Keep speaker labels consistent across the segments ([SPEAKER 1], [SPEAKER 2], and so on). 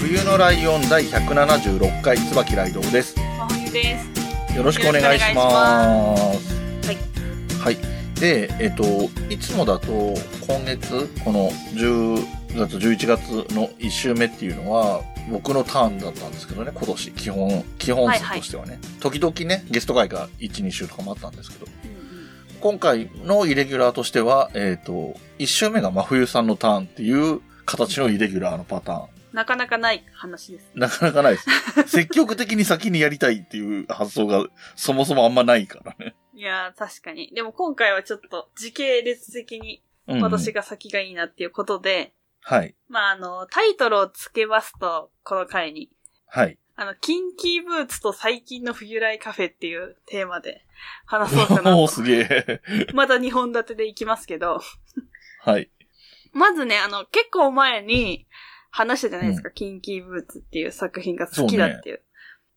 [SPEAKER 1] 冬のライオン第176回椿ライドウです
[SPEAKER 2] 真冬です
[SPEAKER 1] よろしくお願いします
[SPEAKER 2] は
[SPEAKER 1] はいい、でえっといつもだと今月この10月11月の1週目っていうのは僕のターンだったんですけどね今年基本基本数としてはね、時々ねゲスト会が12週とかもあったんですけど今回のイレギュラーとしては、えっ、と、1周目が真冬さんのターンっていう形のイレギュラーのパターン。
[SPEAKER 2] なかなかない話です
[SPEAKER 1] なかなかない です。積極的に先にやりたいっていう発想がそもそもあんまないからね。
[SPEAKER 2] いやー確かにでも今回はちょっと時系列的に
[SPEAKER 1] うん
[SPEAKER 2] 私が先がいいなっていうことで、
[SPEAKER 1] はい。
[SPEAKER 2] まああのタイトルをつけますとこの回に
[SPEAKER 1] はい。
[SPEAKER 2] あの、キンキーブーツと最近の冬来カフェっていうテーマで話そうかな
[SPEAKER 1] お
[SPEAKER 2] と
[SPEAKER 1] ー、。すげえ。
[SPEAKER 2] まだ2本立てでいきますけど。
[SPEAKER 1] はい。
[SPEAKER 2] まずね、あの、結構前に話したじゃないですか、キンキーブーツっていう作品が好きだっていう。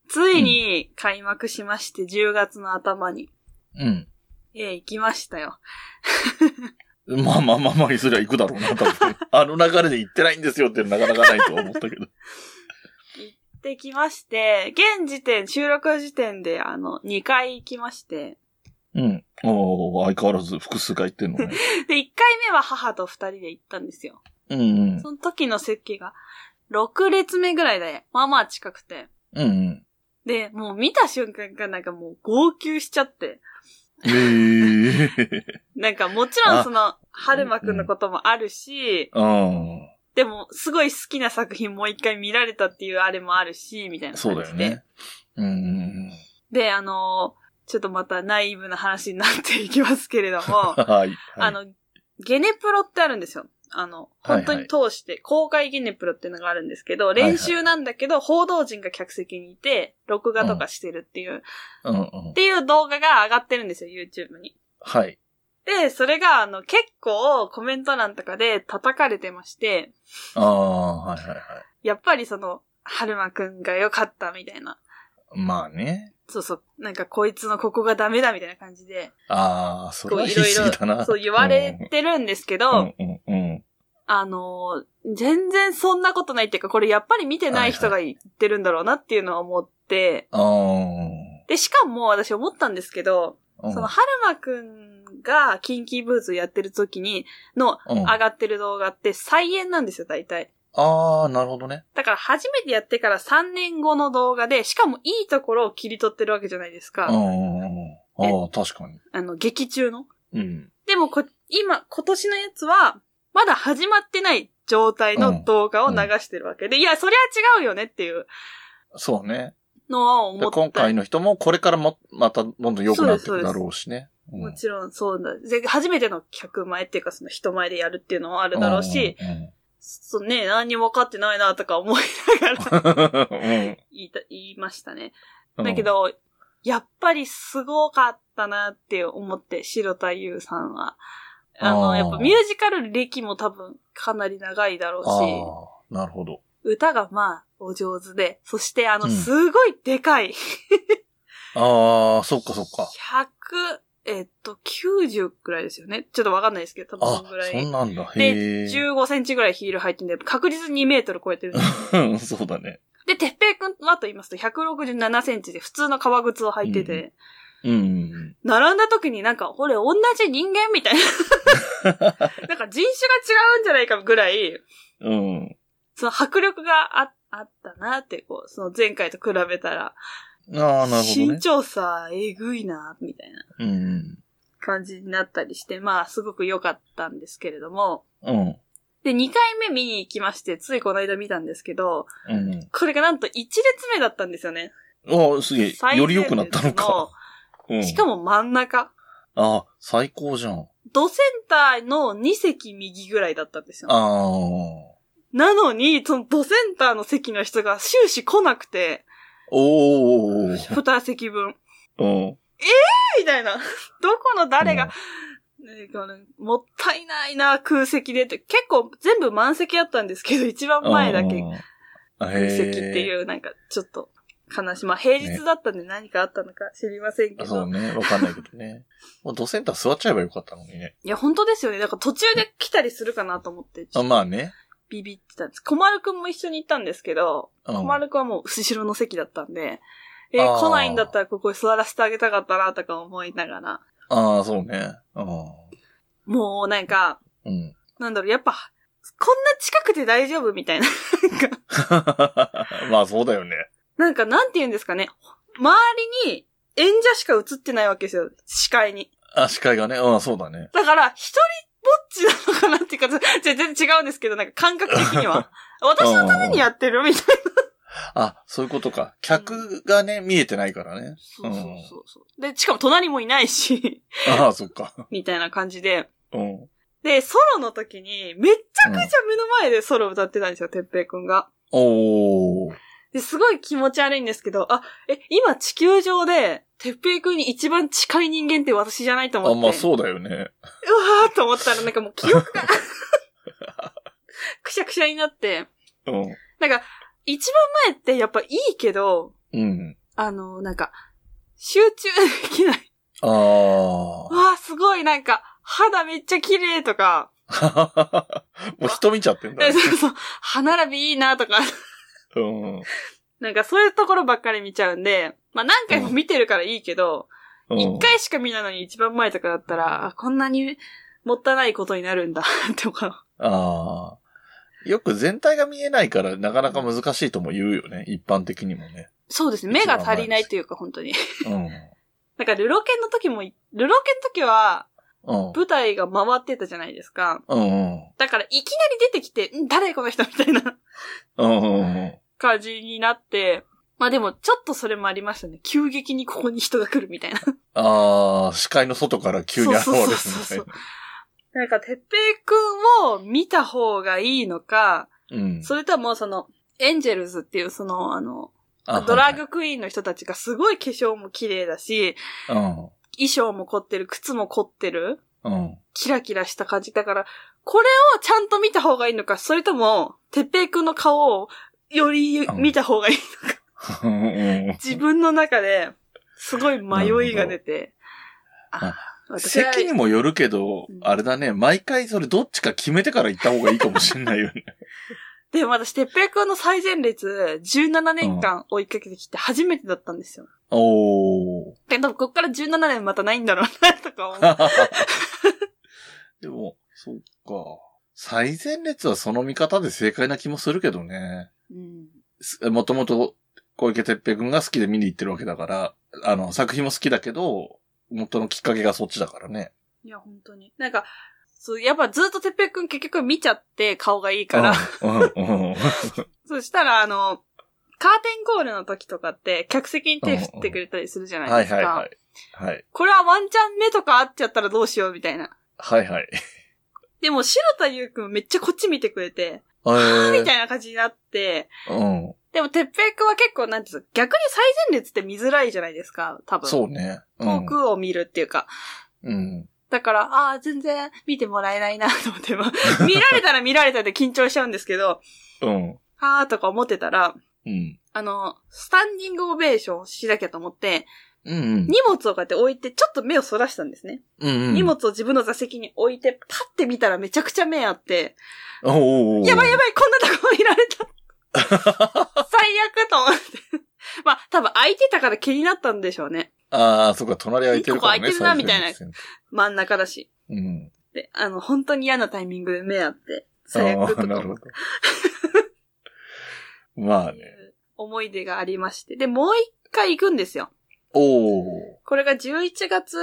[SPEAKER 2] ついに開幕しまして、10月の頭に、
[SPEAKER 1] うん。
[SPEAKER 2] えー行きましたよ。
[SPEAKER 1] まあまあまあまあ、いずれは行くだろうな、多 分。あの流れで行ってないんですよってなかなかないとは思ったけど。
[SPEAKER 2] で、来まして、現時点、収録時点で、あの、2回行きまして、
[SPEAKER 1] うん。おー、相変わらず複数回行ってんのね。
[SPEAKER 2] で、1回目は母と2人で行ったんですよ。
[SPEAKER 1] うんうん。
[SPEAKER 2] その時の席が、6列目ぐらいで、まあまあ近くて。
[SPEAKER 1] うんうん。
[SPEAKER 2] で、もう見た瞬間からなんかもう号泣しちゃって。
[SPEAKER 1] え ー。
[SPEAKER 2] なんかもちろんその、春馬くんのこともあるし、
[SPEAKER 1] うん。
[SPEAKER 2] でもすごい好きな作品もう一回見られたっていうあれもあるし、みたいな
[SPEAKER 1] そ
[SPEAKER 2] 感
[SPEAKER 1] う
[SPEAKER 2] じで。
[SPEAKER 1] だよね。うんうん
[SPEAKER 2] で、あのーちょっとまたナイーブな話になっていきますけれども
[SPEAKER 1] うん。、 はい。
[SPEAKER 2] あ、の、ゲネプロってあるんですよ。あの、本当に通して、公開ゲネプロっていうのがあるんですけど、
[SPEAKER 1] いはい
[SPEAKER 2] 練習なんだけど、報道陣が客席にいて、録画とかしてるっていう、っ
[SPEAKER 1] うんうん。
[SPEAKER 2] ていう動画が上がってるんですよ、YouTube に。
[SPEAKER 1] はい。
[SPEAKER 2] で、それが、あの、結構コメント欄とかで叩かれてまして、
[SPEAKER 1] ああ、はいはいはい。
[SPEAKER 2] やっぱりその、春馬くんが良かったみたいな。
[SPEAKER 1] まあね。
[SPEAKER 2] そうそう。なんかこいつのここがダメだみたいな感じで、
[SPEAKER 1] ああ、それ
[SPEAKER 2] こう
[SPEAKER 1] は言
[SPEAKER 2] いろ
[SPEAKER 1] い
[SPEAKER 2] い
[SPEAKER 1] 過ぎたな。
[SPEAKER 2] ろ、そう言われてるんですけど、
[SPEAKER 1] うんうんうん。
[SPEAKER 2] あのー全然そんなことないっていうか、これやっぱり見てない人が言ってるんだろうなっていうのは思って、
[SPEAKER 1] ああ
[SPEAKER 2] で、しかも私思ったんですけど、
[SPEAKER 1] うん。
[SPEAKER 2] その春馬くんがキンキーブーツやってる時に、の
[SPEAKER 1] うん
[SPEAKER 2] 上がってる動画って再演なんですよ、大体。
[SPEAKER 1] ああ、なるほどね。
[SPEAKER 2] だから初めてやってから3年後の動画で、しかもいいところを切り取ってるわけじゃないですか。
[SPEAKER 1] うんうんうん。ああ、確かに。
[SPEAKER 2] あの、劇中の。
[SPEAKER 1] うん。
[SPEAKER 2] でもこ、今、今年のやつは、まだ始まってない状態の動画を流してるわけで、いや、そりゃ違うよねっていう
[SPEAKER 1] そうね。
[SPEAKER 2] のを
[SPEAKER 1] で
[SPEAKER 2] 思った。
[SPEAKER 1] 今回の人もこれからも、またどんどん良くなってい
[SPEAKER 2] そうで
[SPEAKER 1] く
[SPEAKER 2] す
[SPEAKER 1] だろうしね。うん
[SPEAKER 2] もちろんそうだ。で初めての客前っていうか、その人前でやるっていうのもあるだろうし、。
[SPEAKER 1] う んうん
[SPEAKER 2] そうね、何にも分かってないなとか思いながら
[SPEAKER 1] うん
[SPEAKER 2] 言いた、 言いましたね。
[SPEAKER 1] うん
[SPEAKER 2] だけ、ど、やっぱりすごかったなって思って、白田優さんは。あの、
[SPEAKER 1] あー
[SPEAKER 2] やっぱミュージカル歴も多分かなり長いだろ
[SPEAKER 1] ああ
[SPEAKER 2] うし、、
[SPEAKER 1] なるほど。
[SPEAKER 2] 歌がまあお上手で、そしてあ
[SPEAKER 1] う
[SPEAKER 2] の、
[SPEAKER 1] ん
[SPEAKER 2] すごいでかい、
[SPEAKER 1] ああ、そっかそっか。
[SPEAKER 2] 100、えっと、90くらいですよね。ちょっとわかんないですけど、多分
[SPEAKER 1] あ
[SPEAKER 2] そのぐら、
[SPEAKER 1] そん
[SPEAKER 2] い。
[SPEAKER 1] なんだ。へ
[SPEAKER 2] で、
[SPEAKER 1] え。
[SPEAKER 2] 15センチぐらいヒール入ってんで、確実に2メートル超えてるんですよ。
[SPEAKER 1] うん そうだね。
[SPEAKER 2] で、てっぺいくんはと言いますと、167センチで普通の革靴を履いてて、
[SPEAKER 1] うん。
[SPEAKER 2] 並んだ時になんか、俺同じ人間みたい な。なんか人種が違うんじゃないかぐらい、
[SPEAKER 1] うん。
[SPEAKER 2] その迫力がああったなって、こう、その前回と比べたら、
[SPEAKER 1] ああ、なるほど
[SPEAKER 2] 身
[SPEAKER 1] ね。
[SPEAKER 2] 長差えぐいな、みたいな
[SPEAKER 1] うん。
[SPEAKER 2] 感じになったりして、まあ、すごく良かったんですけれども、
[SPEAKER 1] うん。
[SPEAKER 2] で、2回目見に行きまして、ついこの間見たんですけど、
[SPEAKER 1] うん。
[SPEAKER 2] これがなんと1列目だったんですよね。
[SPEAKER 1] ああ、すげえ。
[SPEAKER 2] 最前列
[SPEAKER 1] より良くなったのか。うん、
[SPEAKER 2] しかも真ん中。
[SPEAKER 1] ああ、最高じゃん。
[SPEAKER 2] ドセンターの2席右ぐらいだったんですよ。
[SPEAKER 1] ああ。
[SPEAKER 2] なのに、そのドセンターの席の人が終始来なくて、
[SPEAKER 1] おー。
[SPEAKER 2] 二席分。
[SPEAKER 1] うん。
[SPEAKER 2] みたいな。どこの誰が、なんかねもったいないな、空席でって。結構全部満席だったんですけど、一番
[SPEAKER 1] うん、
[SPEAKER 2] 前だけ
[SPEAKER 1] うん。
[SPEAKER 2] 空席って
[SPEAKER 1] う。
[SPEAKER 2] いう、なんかちょっと悲しい。まあ平日だったんで何かあったのか知りませんけ
[SPEAKER 1] そ
[SPEAKER 2] ど。
[SPEAKER 1] うね。わかんないけどね。 もうドセンター座っちゃえばよかったのにね。
[SPEAKER 2] いや、本当ですよね。だから途中で来たりするかなと思って、ちょ
[SPEAKER 1] あ
[SPEAKER 2] っと
[SPEAKER 1] まあね。
[SPEAKER 2] ビビってたんです。小丸くんも一緒に行ったんですけど、
[SPEAKER 1] うん
[SPEAKER 2] 小丸くんはもう後ろの席だったんで、え
[SPEAKER 1] あー
[SPEAKER 2] ー来ないんだったらここに座らせてあげたかったなとか思いながら、
[SPEAKER 1] ああ、そうね。うん。
[SPEAKER 2] もうなんか、
[SPEAKER 1] うん。
[SPEAKER 2] なんだろう、やっぱ、こんな近くて大丈夫みたいな。 なんか、
[SPEAKER 1] まあそうだよね。
[SPEAKER 2] なんかなんて言うんですかね。周りに演者しか映ってないわけですよ。視界に。
[SPEAKER 1] あ、視界がね。うん、そうだね。
[SPEAKER 2] だから、一人ぼっちなのかな っていうか、じゃ全然違うんですけど、なんか感覚的には。私のためにやってるみたいな。
[SPEAKER 1] あ、そういうことか。客がね、見えてないからね。
[SPEAKER 2] そうそうそうそう。で、しかも隣もいないし、
[SPEAKER 1] ああ、そっか。
[SPEAKER 2] みたいな感じで。
[SPEAKER 1] うん。
[SPEAKER 2] で、ソロの時に、めっちゃくちゃ目の前でソロ歌ってたんですよ、てっぺいくんが。
[SPEAKER 1] おー。
[SPEAKER 2] で、すごい気持ち悪いんですけど、あ、え、今地球上で、てっぺいくんに一番近い人間って私じゃないと思っ
[SPEAKER 1] あ、
[SPEAKER 2] て。
[SPEAKER 1] まあそうだよね。
[SPEAKER 2] うわーと思ったら、なんかもう記憶が、 くしゃくしゃになって。
[SPEAKER 1] うん。
[SPEAKER 2] なんか、一番前ってやっぱいいけど、
[SPEAKER 1] うん。
[SPEAKER 2] あの、なんか、集中でき ない。
[SPEAKER 1] あ
[SPEAKER 2] わあ、すごい、なんか、肌めっちゃ綺麗とか、
[SPEAKER 1] あ。 もう人見ち ゃってんだ
[SPEAKER 2] え
[SPEAKER 1] ね。
[SPEAKER 2] そうそう、歯並びいいなとか、
[SPEAKER 1] うん。
[SPEAKER 2] なんかそういうところばっかり見ちゃうんで、まあ何回も見てるからいいけど、
[SPEAKER 1] うん
[SPEAKER 2] 一、回しか見ないのに一番前とかだったら、あこんなにもったいないことになるんだ、 とか。
[SPEAKER 1] ああ。よく全体が見えないから、なかなか難しいとも言うよね。一般的にもね。
[SPEAKER 2] そうですね、目が足りないというか、本当に。
[SPEAKER 1] うん。
[SPEAKER 2] なんか、ルロケンの時も、ルロケンの時は、
[SPEAKER 1] うん。
[SPEAKER 2] 舞台が回ってたじゃないですか。
[SPEAKER 1] うんうん。
[SPEAKER 2] だから、いきなり出てきて、ん誰この人みたいな
[SPEAKER 1] うんうんうん。
[SPEAKER 2] 感じになって、まあでも、ちょっとそれもありましたね。急激にここに人が来るみたいな。
[SPEAKER 1] ああ、視界の外から急に現れるみ
[SPEAKER 2] そうそう
[SPEAKER 1] た
[SPEAKER 2] そ
[SPEAKER 1] いうな
[SPEAKER 2] そう。なんか、てっぺいくんを見た方がいいのか、
[SPEAKER 1] うん。
[SPEAKER 2] それとはもうその、エンジェルズっていうその、あの、
[SPEAKER 1] あ
[SPEAKER 2] ドラッグクイーンの人たちがすごい化粧も綺麗だし、
[SPEAKER 1] はいはい
[SPEAKER 2] 衣装も凝ってる、靴も凝ってる。
[SPEAKER 1] うん。うん。
[SPEAKER 2] キラキラした感じだから、これをちゃんと見た方がいいのか、それとも、てっぺいくんの顔をより
[SPEAKER 1] うん
[SPEAKER 2] 見た方 がいい。
[SPEAKER 1] うんうん
[SPEAKER 2] 自分の中で、すごい迷いが出て。
[SPEAKER 1] ほど
[SPEAKER 2] あ、私は
[SPEAKER 1] 席にもよるけど
[SPEAKER 2] うん、
[SPEAKER 1] あれだね、毎回それどっちか決めてから行った方がいいかもしんな いよね。
[SPEAKER 2] でも私、てっぺいくんの最前列、17年間追いかけてきて初めてだったんですよ。
[SPEAKER 1] おー。
[SPEAKER 2] で、でもこっから17年またないんだろうな、とか思 う。
[SPEAKER 1] でも、そっか。最前列はその見方で正解な気もするけどね。
[SPEAKER 2] うん、
[SPEAKER 1] すもともと小池哲平くんが好きで見に行ってるわけだから、あの、作品も好きだけど、元のきっかけがそっちだからね。
[SPEAKER 2] いや、本当に。なんか、そう、やっぱずっとてっぺいくん結局見ちゃって顔がいいから、
[SPEAKER 1] うん。うんうん。
[SPEAKER 2] そしたら、あの、カーテンコールの時とかって、客席に手振ってくれたりするじゃない
[SPEAKER 1] は
[SPEAKER 2] で
[SPEAKER 1] い
[SPEAKER 2] すか。
[SPEAKER 1] はいはい。はい。
[SPEAKER 2] これはワンチャン目とか合っちゃったらどうしようみたいな。
[SPEAKER 1] はいはい。
[SPEAKER 2] でも、白田優くんめっちゃこっち見てくれて、
[SPEAKER 1] えー
[SPEAKER 2] みたいな感じになって、
[SPEAKER 1] うん。
[SPEAKER 2] でも、てっぺいくんは結構、なんていうんですか、逆に最前列って見づらいじゃないですか、多分。
[SPEAKER 1] そうね。う
[SPEAKER 2] 遠
[SPEAKER 1] ん。
[SPEAKER 2] くを見るっていうか。
[SPEAKER 1] うん。
[SPEAKER 2] だから、ああ、全然見てもらえないな、と思って、まあ見られたら見られたで緊張しちゃうんですけど、
[SPEAKER 1] うん。
[SPEAKER 2] ああ、とか思ってたら、
[SPEAKER 1] うん。
[SPEAKER 2] あの、スタンディングオベーションをしなきゃと思って、
[SPEAKER 1] うん
[SPEAKER 2] 荷物をこうやって置いて、ちょっと目をそらしたんですね。
[SPEAKER 1] うん。
[SPEAKER 2] 荷物を自分の座席に置いて、パッて見たらめちゃくちゃ目あって、
[SPEAKER 1] おーおーおー
[SPEAKER 2] やばいやばい、こんなとこ見られ た。最悪と思って。まあ、多分空いてたから気になったんでしょうね。
[SPEAKER 1] ああ、そっか、隣空いてるからね。
[SPEAKER 2] ここ空いてるなみたいな
[SPEAKER 1] 最前列
[SPEAKER 2] 真ん中だし。
[SPEAKER 1] うん。
[SPEAKER 2] で、あの、本当に嫌なタイミングで目あって、最悪
[SPEAKER 1] あ
[SPEAKER 2] と
[SPEAKER 1] ーな
[SPEAKER 2] か
[SPEAKER 1] るほど。まあね。
[SPEAKER 2] 思い出がありまして。で、もう一回行くんですよ。
[SPEAKER 1] おお。
[SPEAKER 2] これが11月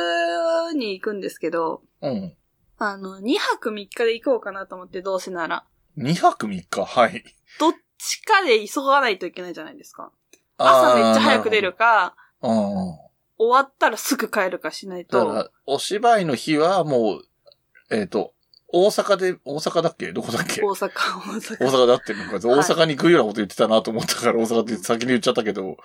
[SPEAKER 2] に行くんですけど、
[SPEAKER 1] うん。
[SPEAKER 2] あの、2泊3日で行こうかなと思って、どうせなら。
[SPEAKER 1] 2泊3日、はい。
[SPEAKER 2] どっちかで急がないといけないじゃないですか。朝めっちゃ早く出るか、
[SPEAKER 1] あー。なるほどうんうん。
[SPEAKER 2] 終わったらすぐ帰るかしない
[SPEAKER 1] だか
[SPEAKER 2] と、
[SPEAKER 1] ら、お芝居の日はもう、えっ、と、大阪で、大阪だっけどこだっけ
[SPEAKER 2] 大阪、大
[SPEAKER 1] 大
[SPEAKER 2] 阪。
[SPEAKER 1] 阪で合ってるのか、
[SPEAKER 2] い
[SPEAKER 1] 大阪に行くようなこと言ってたなと思ったから、大阪って先に言っちゃったけど、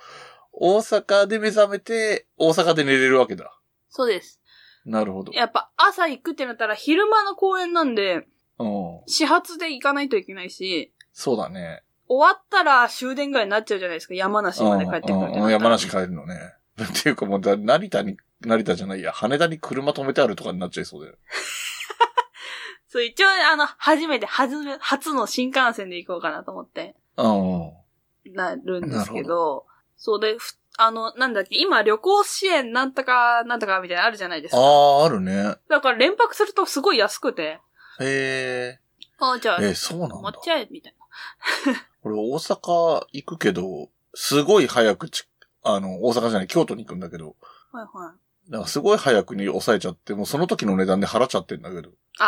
[SPEAKER 1] 大阪で目覚めて、大阪で寝れるわけだ。
[SPEAKER 2] そうです。
[SPEAKER 1] なるほど。
[SPEAKER 2] やっぱ朝行くってなったら昼間の公演なんで、
[SPEAKER 1] うん。
[SPEAKER 2] 始発で行かないといけないし、
[SPEAKER 1] そうだね。
[SPEAKER 2] 終わったら終電ぐらいになっちゃうじゃないですか。山梨まで帰ってくるってなった
[SPEAKER 1] うんう
[SPEAKER 2] ら
[SPEAKER 1] ん山梨帰るのね。 っていうかもうだ、成田に、成田じゃないや、羽田に車止めてあるとかになっちゃいそうだよ。
[SPEAKER 2] そう、一応、あの、初めて、初め、初の新幹線で行こうかなと思って、
[SPEAKER 1] う
[SPEAKER 2] なるんですけ
[SPEAKER 1] なるほ
[SPEAKER 2] ど、そうで、ふあの、なんだっけ、今、旅行支援なんとか、なんとかみたいなのあるじゃないです
[SPEAKER 1] ん。
[SPEAKER 2] か。
[SPEAKER 1] ああ、あるね。
[SPEAKER 2] だから連泊するとすごい安くて、
[SPEAKER 1] へ
[SPEAKER 2] あじゃあ
[SPEAKER 1] え。、え、そうなん
[SPEAKER 2] 持っ
[SPEAKER 1] だ。
[SPEAKER 2] ちゃえ、みたいな。
[SPEAKER 1] 俺大阪行くけど、すごい早くち、あの、大阪じゃない、京都に行くんだけど、
[SPEAKER 2] はいはい。
[SPEAKER 1] なんかすごい早くに抑えちゃって、もうその時の値段で払っちゃってんだけど。ま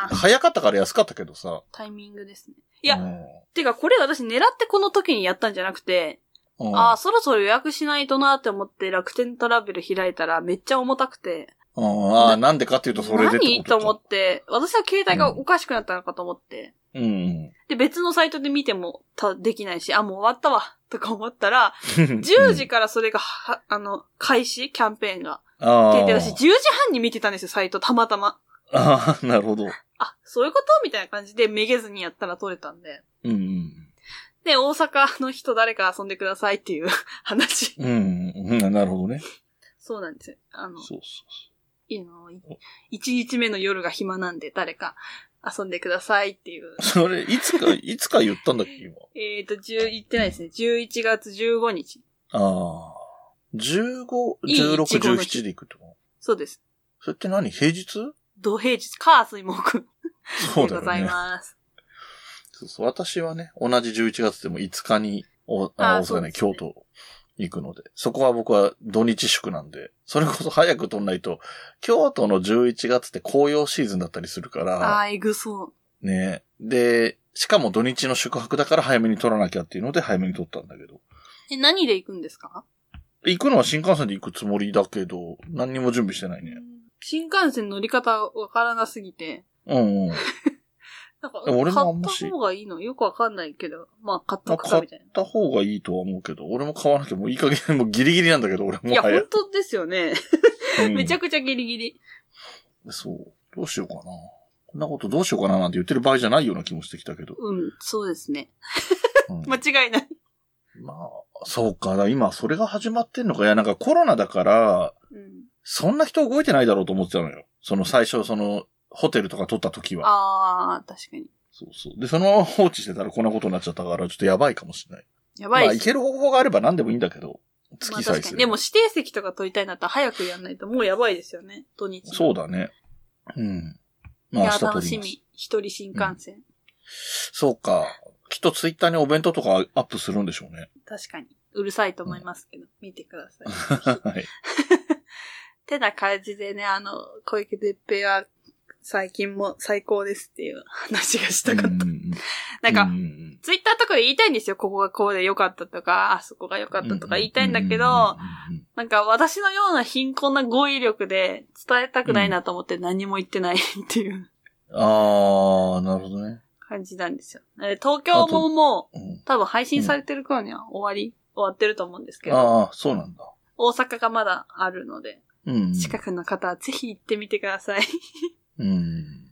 [SPEAKER 2] あ
[SPEAKER 1] あ、
[SPEAKER 2] ー、
[SPEAKER 1] 早かったから安かったけどさ。
[SPEAKER 2] タイミングですね。いや
[SPEAKER 1] うん
[SPEAKER 2] てか、これ私狙ってこの時にやったんじゃなくて、
[SPEAKER 1] うん
[SPEAKER 2] あー、そろそろ予約しないとなって思って楽天トラベル開いたらめっちゃ重たくて、
[SPEAKER 1] うんあーなんでかっていうとそれでって
[SPEAKER 2] 何
[SPEAKER 1] こと
[SPEAKER 2] 思って、私は携帯がおかしくなったのかと思って、
[SPEAKER 1] うんうん。
[SPEAKER 2] で、別のサイトで見てもたできないし、あ、もう終わったわ、とか思ったら、10時からそれが、はあの、開始キャンペーンが。
[SPEAKER 1] あ
[SPEAKER 2] で、
[SPEAKER 1] ー
[SPEAKER 2] で私10時半に見てたんですよ、サイト、たまたま。
[SPEAKER 1] あー、なるほど。
[SPEAKER 2] あ、そういうことみたいな感じで、めげずにやったら取れたんで。
[SPEAKER 1] うん
[SPEAKER 2] で、大阪の人誰か遊んでくださいっていう 話。
[SPEAKER 1] うん。うんうん、うんなるほどね。
[SPEAKER 2] そうなんですよ。あの、
[SPEAKER 1] そうそう
[SPEAKER 2] いいの、1日目の夜が暇なんで、誰か遊んでくださいっていう。
[SPEAKER 1] そう。それ、いつ か、いつか言ったんだっけ、今。
[SPEAKER 2] えーと、10、言ってないですね。11月15日。
[SPEAKER 1] ああ。15、
[SPEAKER 2] いい
[SPEAKER 1] 16、
[SPEAKER 2] いちごの日
[SPEAKER 1] 17で行くと。
[SPEAKER 2] そうです。
[SPEAKER 1] それって何平日
[SPEAKER 2] 土平日、火水木。
[SPEAKER 1] そう
[SPEAKER 2] で
[SPEAKER 1] だ
[SPEAKER 2] ござ
[SPEAKER 1] よ
[SPEAKER 2] い
[SPEAKER 1] ね。
[SPEAKER 2] ます。
[SPEAKER 1] そうそう。私はね、同じ11月でも5日に、おあ
[SPEAKER 2] あー
[SPEAKER 1] 大阪ね、
[SPEAKER 2] そう
[SPEAKER 1] 京
[SPEAKER 2] ですね
[SPEAKER 1] 都行くので、そこは僕は土日祝なんで、それこそ早く取んないと、京都の11月って紅葉シーズンだったりするか
[SPEAKER 2] あ
[SPEAKER 1] ら、
[SPEAKER 2] あ、えぐそう。
[SPEAKER 1] ね。で、しかも土日の宿泊だから早めに取らなきゃっていうので早めに取ったんだけど。
[SPEAKER 2] え、何で行くんですか、
[SPEAKER 1] 行くのは新幹線で行くつもりだけど、何にも準備してないね。
[SPEAKER 2] 新幹線乗り方わからなすぎて。
[SPEAKER 1] うん、うん。
[SPEAKER 2] なんか、
[SPEAKER 1] え俺もあ
[SPEAKER 2] 買
[SPEAKER 1] ん
[SPEAKER 2] っ
[SPEAKER 1] ま
[SPEAKER 2] た
[SPEAKER 1] し
[SPEAKER 2] 方がいいのよくわかんないけど。まあ、買っ
[SPEAKER 1] ま
[SPEAKER 2] と
[SPEAKER 1] あ
[SPEAKER 2] くか
[SPEAKER 1] 買
[SPEAKER 2] みたいな
[SPEAKER 1] っ。た方がいいとは思うけど、俺も買わなきゃもういい加減、もうギリギリなんだけど、俺も
[SPEAKER 2] いや、
[SPEAKER 1] 早
[SPEAKER 2] 本当ですよね。
[SPEAKER 1] うん
[SPEAKER 2] めちゃくちゃギリギリ。
[SPEAKER 1] そう。どうしようかな。こんなことどうしようかななんて言ってる場合じゃないような気もしてきたけど。
[SPEAKER 2] うん、そうですね。
[SPEAKER 1] うん
[SPEAKER 2] 間違いない。
[SPEAKER 1] まあ、そうか。だから今、それが始まってんのか。いや、なんかコロナだから、
[SPEAKER 2] うん、
[SPEAKER 1] そんな人動いてないだろうと思ってたのよ。その最初、その、ホテルとか取った時は。
[SPEAKER 2] ああ、確かに。
[SPEAKER 1] そうそう。で、そのまま放置してたらこんなことになっちゃったから、ちょっとやばいかもしれない。
[SPEAKER 2] や
[SPEAKER 1] ま
[SPEAKER 2] ば
[SPEAKER 1] あ、
[SPEAKER 2] い
[SPEAKER 1] 行
[SPEAKER 2] し。
[SPEAKER 1] ける方法があれば何でもいいんだけど、
[SPEAKER 2] まあ
[SPEAKER 1] 月さえ
[SPEAKER 2] 確
[SPEAKER 1] す
[SPEAKER 2] かに。
[SPEAKER 1] れば
[SPEAKER 2] でも指定席とか取りたいんだったら早くやんないともうやばいですよね。土日。
[SPEAKER 1] そうだね。うん。
[SPEAKER 2] い
[SPEAKER 1] まあ、明
[SPEAKER 2] や
[SPEAKER 1] 日、
[SPEAKER 2] 楽
[SPEAKER 1] 取り
[SPEAKER 2] し
[SPEAKER 1] ます。
[SPEAKER 2] み。一人新幹線。
[SPEAKER 1] そうか。きっとツイッターにお弁当とかアップするんでしょ うね。
[SPEAKER 2] 確かに。うるさいと思いますけど、見てくだ さい。
[SPEAKER 1] はい。
[SPEAKER 2] てな感じでね、あの、小池徹平は最近も最高ですっていう話がしたかった。
[SPEAKER 1] うんうんうん
[SPEAKER 2] なん
[SPEAKER 1] う
[SPEAKER 2] か、
[SPEAKER 1] んうん
[SPEAKER 2] ツイッターとかで言いたいんですよ。ここがこうで良かったとか、あそこが良かったとか言いたいんだけど、、
[SPEAKER 1] うんうん
[SPEAKER 2] なんか私のような貧困な語彙力で伝えたくないなと思って何も言ってないっていう
[SPEAKER 1] あー、なるほどね。
[SPEAKER 2] 感じなんですよ。え東京ももう
[SPEAKER 1] うん、
[SPEAKER 2] 多分配信されてる頃には終わり、終わってると思うんですけど、
[SPEAKER 1] あー、そうなんだ。
[SPEAKER 2] 大阪がまだあるので、
[SPEAKER 1] うんうん。
[SPEAKER 2] 近くの方はぜひ行ってみてください。
[SPEAKER 1] うん。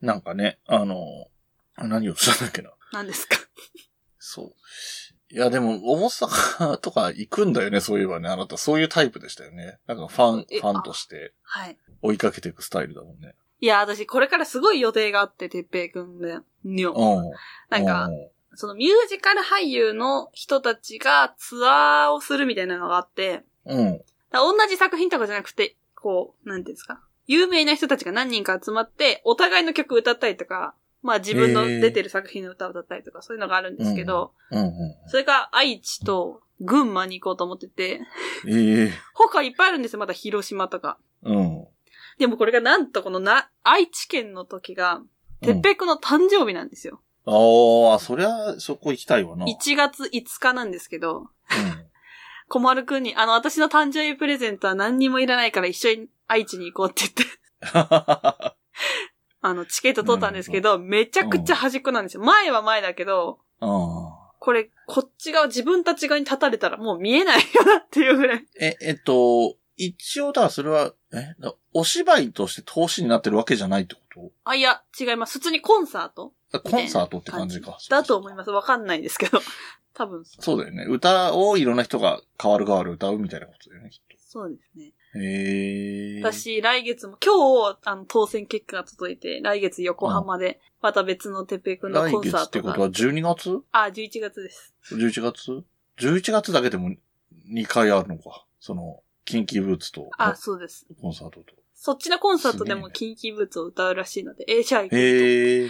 [SPEAKER 1] なんかね、あの、何をしたんだっけな。
[SPEAKER 2] 何ですか
[SPEAKER 1] そう。いや、でも、大阪とか行くんだよね、そういえばね。あなた、そういうタイプでしたよね。なんか、ファン、
[SPEAKER 2] え
[SPEAKER 1] ファンとして
[SPEAKER 2] はい。
[SPEAKER 1] 追いかけていくスタイルだもんね。
[SPEAKER 2] いや、私、これからすごい予定があって、てっぺいくんで。にょ。
[SPEAKER 1] うん。
[SPEAKER 2] なんか
[SPEAKER 1] う、
[SPEAKER 2] そのミュージカル俳優の人たちがツアーをするみたいなのがあって、
[SPEAKER 1] うん。うん。
[SPEAKER 2] だ同じ作品とかじゃなくて、こう、なんていうんですか。有名な人たちが何人か集まって、お互いの曲歌ったりとか、まあ自分の
[SPEAKER 1] へー
[SPEAKER 2] 出てる作品の歌を歌ったりとか、そういうのがあるんですけど、
[SPEAKER 1] うんうん。
[SPEAKER 2] それが愛知と群馬に行こうと思ってて、
[SPEAKER 1] ええ
[SPEAKER 2] 他いっぱいあるんですよ、まだ広島とか。
[SPEAKER 1] うん。
[SPEAKER 2] でもこれがなんとこのな、愛知県の時が、てっ
[SPEAKER 1] うん
[SPEAKER 2] ぺいくんの誕生日なんですよ。
[SPEAKER 1] ああ、そりゃ、そこ行きたいわな。うん。
[SPEAKER 2] 1月5日なんですけど、小丸くんに、あの、私の誕生日プレゼントは何にもいらないから一緒に愛知に行こうって言って、 あの、チケット取ったんですけど、めちゃくちゃ端っこなんですよ。前は前だけど、
[SPEAKER 1] あ
[SPEAKER 2] これ、こっち側、自分たち側に立たれたらもう見えないよなっていうぐらい。
[SPEAKER 1] ーえ、えっと、一応だからそれは、え、だお芝居として投資になってるわけじゃないってこ
[SPEAKER 2] あ、いや、違います。普通にコンサート
[SPEAKER 1] とあコンサートって感じか。
[SPEAKER 2] だと思い
[SPEAKER 1] す。
[SPEAKER 2] ます。わかんないんですけど。 多分、
[SPEAKER 1] そうだよね。歌をいろんな人が変わる変わる歌うみたいなことだよね、きっ
[SPEAKER 2] そうですね。
[SPEAKER 1] と。へえ。
[SPEAKER 2] 私、来月も、今日、あの、当選結果が届いて、来月横浜で、また別のてっぺいくんの
[SPEAKER 1] 来
[SPEAKER 2] コン
[SPEAKER 1] 月
[SPEAKER 2] サー
[SPEAKER 1] って
[SPEAKER 2] ト
[SPEAKER 1] こと
[SPEAKER 2] が。
[SPEAKER 1] は12月
[SPEAKER 2] あ、11月です。
[SPEAKER 1] ?11 月 ?11 月だけでも2回あるのか。その、キンキーブーツと
[SPEAKER 2] あ、そうです。
[SPEAKER 1] コンサートと。
[SPEAKER 2] そっちのコンサートでも
[SPEAKER 1] すげえね
[SPEAKER 2] キンキーブーツを歌うらしいので、A シャイ君
[SPEAKER 1] へえ。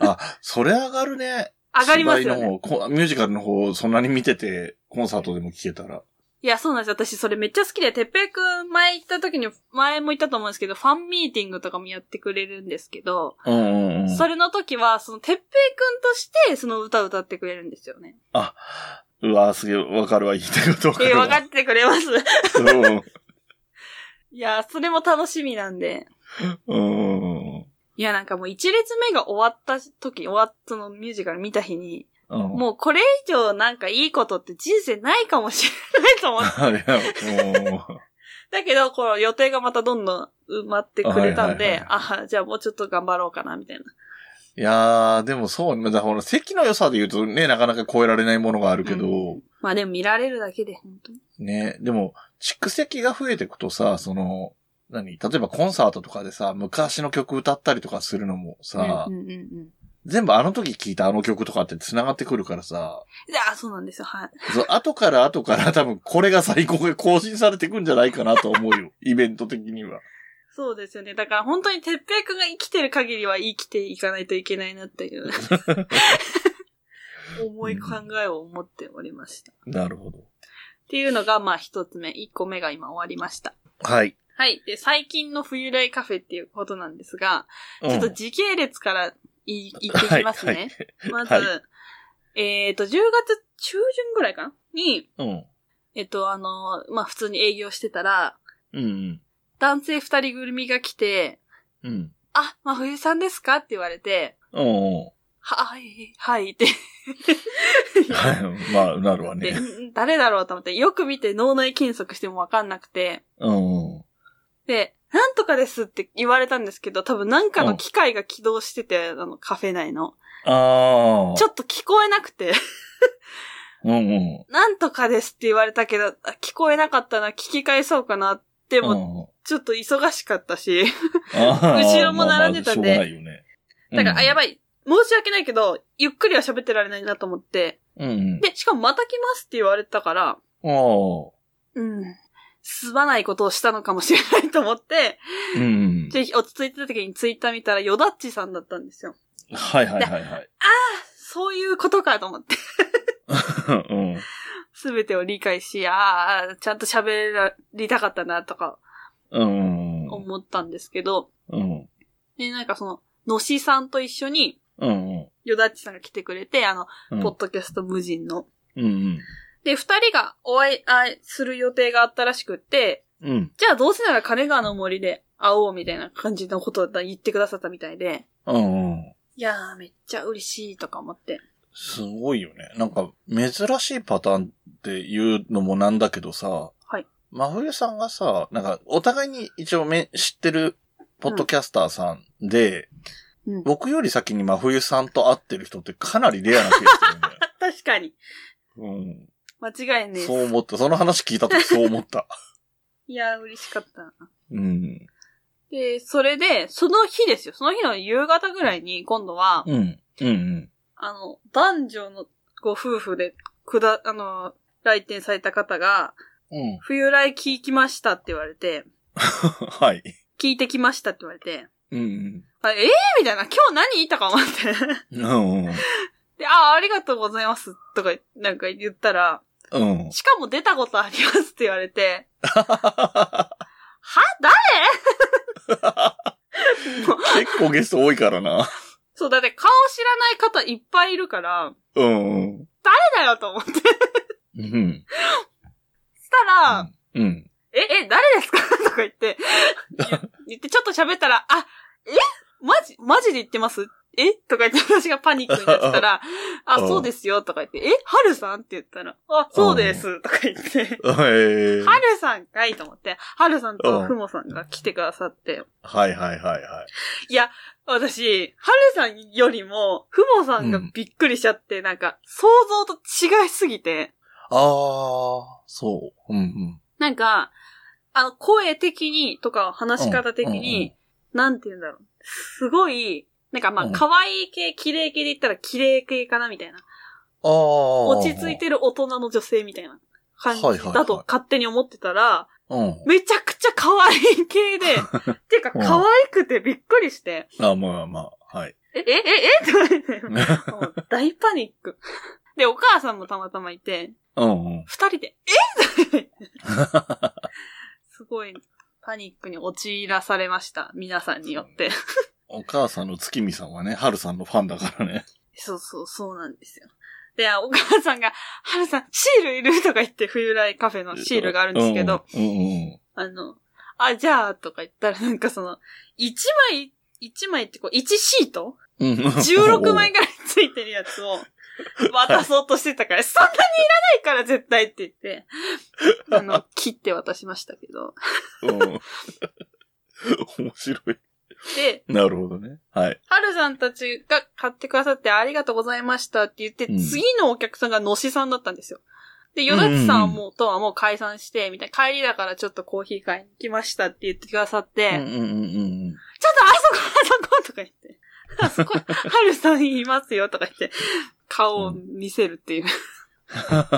[SPEAKER 1] あ、それ上がるね。
[SPEAKER 2] と。上がりますよ
[SPEAKER 1] 芝居
[SPEAKER 2] ね。
[SPEAKER 1] の方こミュージカルの方、そんなに見てて、コンサートでも聴けたら。
[SPEAKER 2] いや、そうなんですよ。私、それめっちゃ好きで、てっぺいくん前行った時に、前も言ったと思うんですけど、ファンミーティングとかもやってくれるんですけど、
[SPEAKER 1] うんうんうん。
[SPEAKER 2] それの時は、その、てっぺいくんとして、その歌を歌ってくれるんですよね。
[SPEAKER 1] あ、うわすげえ、わかるわ、言いたいこと わか
[SPEAKER 2] え、
[SPEAKER 1] る
[SPEAKER 2] 分か
[SPEAKER 1] わ。
[SPEAKER 2] ってくれます
[SPEAKER 1] うん
[SPEAKER 2] いや、それも楽しみなんで。
[SPEAKER 1] うんうん
[SPEAKER 2] いや、なんかもう一列目が終わった時、終わったのミュージカル見た日に、
[SPEAKER 1] うん。も
[SPEAKER 2] もうこれ以上なんかいいことって人生ないかもしれないと思っ
[SPEAKER 1] うん、
[SPEAKER 2] て。
[SPEAKER 1] いや、もう、
[SPEAKER 2] だけど、この予定がまたどんどん埋まってくれたん
[SPEAKER 1] はいはい
[SPEAKER 2] で、
[SPEAKER 1] は
[SPEAKER 2] あ、じゃあもうちょっと頑張ろうかな、みたいな。
[SPEAKER 1] いやー、でもそうね、だからほら席の良さで言うとね、なかなか超えられないものがあるけど、
[SPEAKER 2] うんまあでも見られるだけで、本当に。
[SPEAKER 1] ね、でも、蓄積が増えていくとさ、その、何例えばコンサートとかでさ、昔の曲歌ったりとかするのもさ、
[SPEAKER 2] うんうんうんうん。
[SPEAKER 1] 全部あの時聴いたあの曲とかって繋がってくるからさ、
[SPEAKER 2] いや、そうなんですよ、はい。
[SPEAKER 1] そう後から後から 多分これが最高が更新されていくんじゃないかなと思うよ。イベント的には。
[SPEAKER 2] そうですよね。だから本当にてっぺいくんが生きてる限りは生きていかないといけないなって いう、重い考えを持っておりました。
[SPEAKER 1] なるほど。
[SPEAKER 2] っていうのが、まあ一つ目。一個目が今終わりました。
[SPEAKER 1] はい。
[SPEAKER 2] はい。で、最近の冬来カフェっていうことなんですが、
[SPEAKER 1] うん
[SPEAKER 2] ちょっと時系列からい、言っていきますね。まず、
[SPEAKER 1] はい
[SPEAKER 2] えっ、と、10月中旬ぐらいかなに、
[SPEAKER 1] うん。
[SPEAKER 2] えっ、と、あの、まあ普通に営業してたら、
[SPEAKER 1] うん。
[SPEAKER 2] 男性二人組が来て、
[SPEAKER 1] うん。
[SPEAKER 2] あ、真冬さんですかって言われて、
[SPEAKER 1] うん。うん。
[SPEAKER 2] ははい、はいって。
[SPEAKER 1] はい。まあ、なるわ
[SPEAKER 2] で
[SPEAKER 1] ね。
[SPEAKER 2] ん誰だろうと思って、よく見て脳内検索してもわかんなくて、
[SPEAKER 1] うん。
[SPEAKER 2] で、なんとかですって言われたんですけど、多分なんかの機械が起動してて、あの、カフェ内の。
[SPEAKER 1] ああ。
[SPEAKER 2] ちょっと聞こえなくて、
[SPEAKER 1] うんうん。
[SPEAKER 2] なんとかですって言われたけど、あ聞こえなかったな、聞き返そうかな。で
[SPEAKER 1] で
[SPEAKER 2] も、、ちょっと忙しかったし、
[SPEAKER 1] 後
[SPEAKER 2] 後ろも並んでたんで
[SPEAKER 1] しょうがないよね。
[SPEAKER 2] だから、あ、や
[SPEAKER 1] ばい。
[SPEAKER 2] ばい。申し訳ないけど、ゆっくりは喋ってられないなと思って。
[SPEAKER 1] うんうん。
[SPEAKER 2] で、しかもまた来ますって言われたから、
[SPEAKER 1] ああ。
[SPEAKER 2] うん。すまないことをしたのかもしれないと思って、
[SPEAKER 1] うんうん。
[SPEAKER 2] ぜひ落ち着いてた時にツイッター見たら、ヨダッチさんだったんですよ。
[SPEAKER 1] はいはいはいはい。
[SPEAKER 2] そういうことかと思って、
[SPEAKER 1] うん。
[SPEAKER 2] すべてを理解し、ああ、ちゃんと喋りたかったなとか
[SPEAKER 1] うんうん。
[SPEAKER 2] 思ったんですけど、
[SPEAKER 1] うん。
[SPEAKER 2] で、なんかその、のしさんと一緒に、
[SPEAKER 1] うんうん。
[SPEAKER 2] ヨダッチさんが来てくれて、あの、
[SPEAKER 1] うん
[SPEAKER 2] ポッドキャスト無人の。
[SPEAKER 1] うん
[SPEAKER 2] で、二人がお会いあいする予定があったらしくって、
[SPEAKER 1] うん。うん。
[SPEAKER 2] じゃあどうせなら金川の森で会おうみたいな感じのことを言ってくださったみたいで、
[SPEAKER 1] うんうん。
[SPEAKER 2] いやー、めっちゃ嬉しいとか思って。
[SPEAKER 1] すごいよね。なんか、珍しいパターンっていうのもなんだけどさ、
[SPEAKER 2] はい。
[SPEAKER 1] 真冬さんがさ、なんか、お互いに一応め知ってる、ポッドキャスターさん
[SPEAKER 2] う
[SPEAKER 1] で、
[SPEAKER 2] ん
[SPEAKER 1] 僕より先に真冬さんと会ってる人ってかなりレアなケースだよね。
[SPEAKER 2] 確かに。
[SPEAKER 1] うん。
[SPEAKER 2] 間違いねえっす
[SPEAKER 1] そう思った。その話聞いたときそう思った。
[SPEAKER 2] いやー、嬉しかったな。
[SPEAKER 1] うん。
[SPEAKER 2] で、それで、その日ですよ。その日の夕方ぐらいに、今度は、
[SPEAKER 1] うん。うんうん。
[SPEAKER 2] あの、男女のご夫婦で、くだ、あの、来店された方が、
[SPEAKER 1] うん。
[SPEAKER 2] 冬来聞きましたって言われて、
[SPEAKER 1] はい。
[SPEAKER 2] 聞いてきましたって言われて、
[SPEAKER 1] うん
[SPEAKER 2] あええー、みたいな、今日何言ったか思って。
[SPEAKER 1] うん。うんうん。
[SPEAKER 2] で、ああ、ありがとうございます、とか、なんか言ったら、
[SPEAKER 1] うん。
[SPEAKER 2] しかも出たことありますって言われて、は誰もう
[SPEAKER 1] 結構ゲスト多いからな。
[SPEAKER 2] そう、だって顔知らない方いっぱいいるから、
[SPEAKER 1] うんうん。
[SPEAKER 2] 誰だよと思って。
[SPEAKER 1] うん。
[SPEAKER 2] したら、
[SPEAKER 1] うん。
[SPEAKER 2] え、え、誰ですかとか言って、言言ってちょっと喋ったら、あ、えマジ、マジで言ってますえとか言って私がパニックになってたら、あ、
[SPEAKER 1] うん
[SPEAKER 2] そうですよとか言って、えはるさんって言ったら、あ、そうですとか言って、
[SPEAKER 1] えー
[SPEAKER 2] はるさんかいと思って、はるさん
[SPEAKER 1] う
[SPEAKER 2] と
[SPEAKER 1] ん
[SPEAKER 2] ふもさんが来てくださって、
[SPEAKER 1] はいはいはいはい。
[SPEAKER 2] 私、はるさんよりも、ふもさんがびっくりしちゃって、なんか、想像と違いすぎて、
[SPEAKER 1] ああ、そう。うんうん。
[SPEAKER 2] なんか、あの、声的にとか話し方的に、なんて言うんだろう。すごい、なんかま
[SPEAKER 1] う
[SPEAKER 2] あ、
[SPEAKER 1] ん
[SPEAKER 2] 可愛い系、綺麗系で言ったら綺麗系かなみたいな。
[SPEAKER 1] ああ。
[SPEAKER 2] 落ち着い。てる大人の女性みたいな感じ
[SPEAKER 1] はいはいはい
[SPEAKER 2] だと勝手に思ってたら、
[SPEAKER 1] うん。
[SPEAKER 2] めちゃくちゃ可愛い系 で、てか可愛くてびっくりして、
[SPEAKER 1] あまあまあ、はい。
[SPEAKER 2] え、え、え、えって思ってもう大パニック。で、お母さんもたまたまいて、
[SPEAKER 1] うんうん。
[SPEAKER 2] 二人で、えすごいパニックに陥らされました。皆さんによって。
[SPEAKER 1] お母さんの月見さんはね、春さんのファンだからね。
[SPEAKER 2] そうそう、そうなんですよ。で、お母さんが、はるさん、シールいるとか言って、冬来カフェのシールがあるんですけど、
[SPEAKER 1] うんうん。うん
[SPEAKER 2] あの、あ、じゃあ、とか言ったら、なんかその、1枚、1枚ってこう、1シート
[SPEAKER 1] うん。
[SPEAKER 2] ?16 枚ぐらいついてるや つを、渡そうとしてたから、そんなにいらないから絶対って言 って、あの、切って渡しましたけど。
[SPEAKER 1] うん。面白い。
[SPEAKER 2] で、
[SPEAKER 1] なるほどね。はい。
[SPEAKER 2] はるさんたちが買ってくださってありがとうございましたって言って、
[SPEAKER 1] うん
[SPEAKER 2] 次のお客さんがのしさんだったんですよ。で、よだちさんはもうとはもう解散して、みたいな、帰りだからちょっとコーヒー買いに来ましたって言ってくださって、
[SPEAKER 1] うんうんうん
[SPEAKER 2] ちょっとあそこ、あそことか言って。あそこ、はるさんいますよとか言って、顔を見せるっていう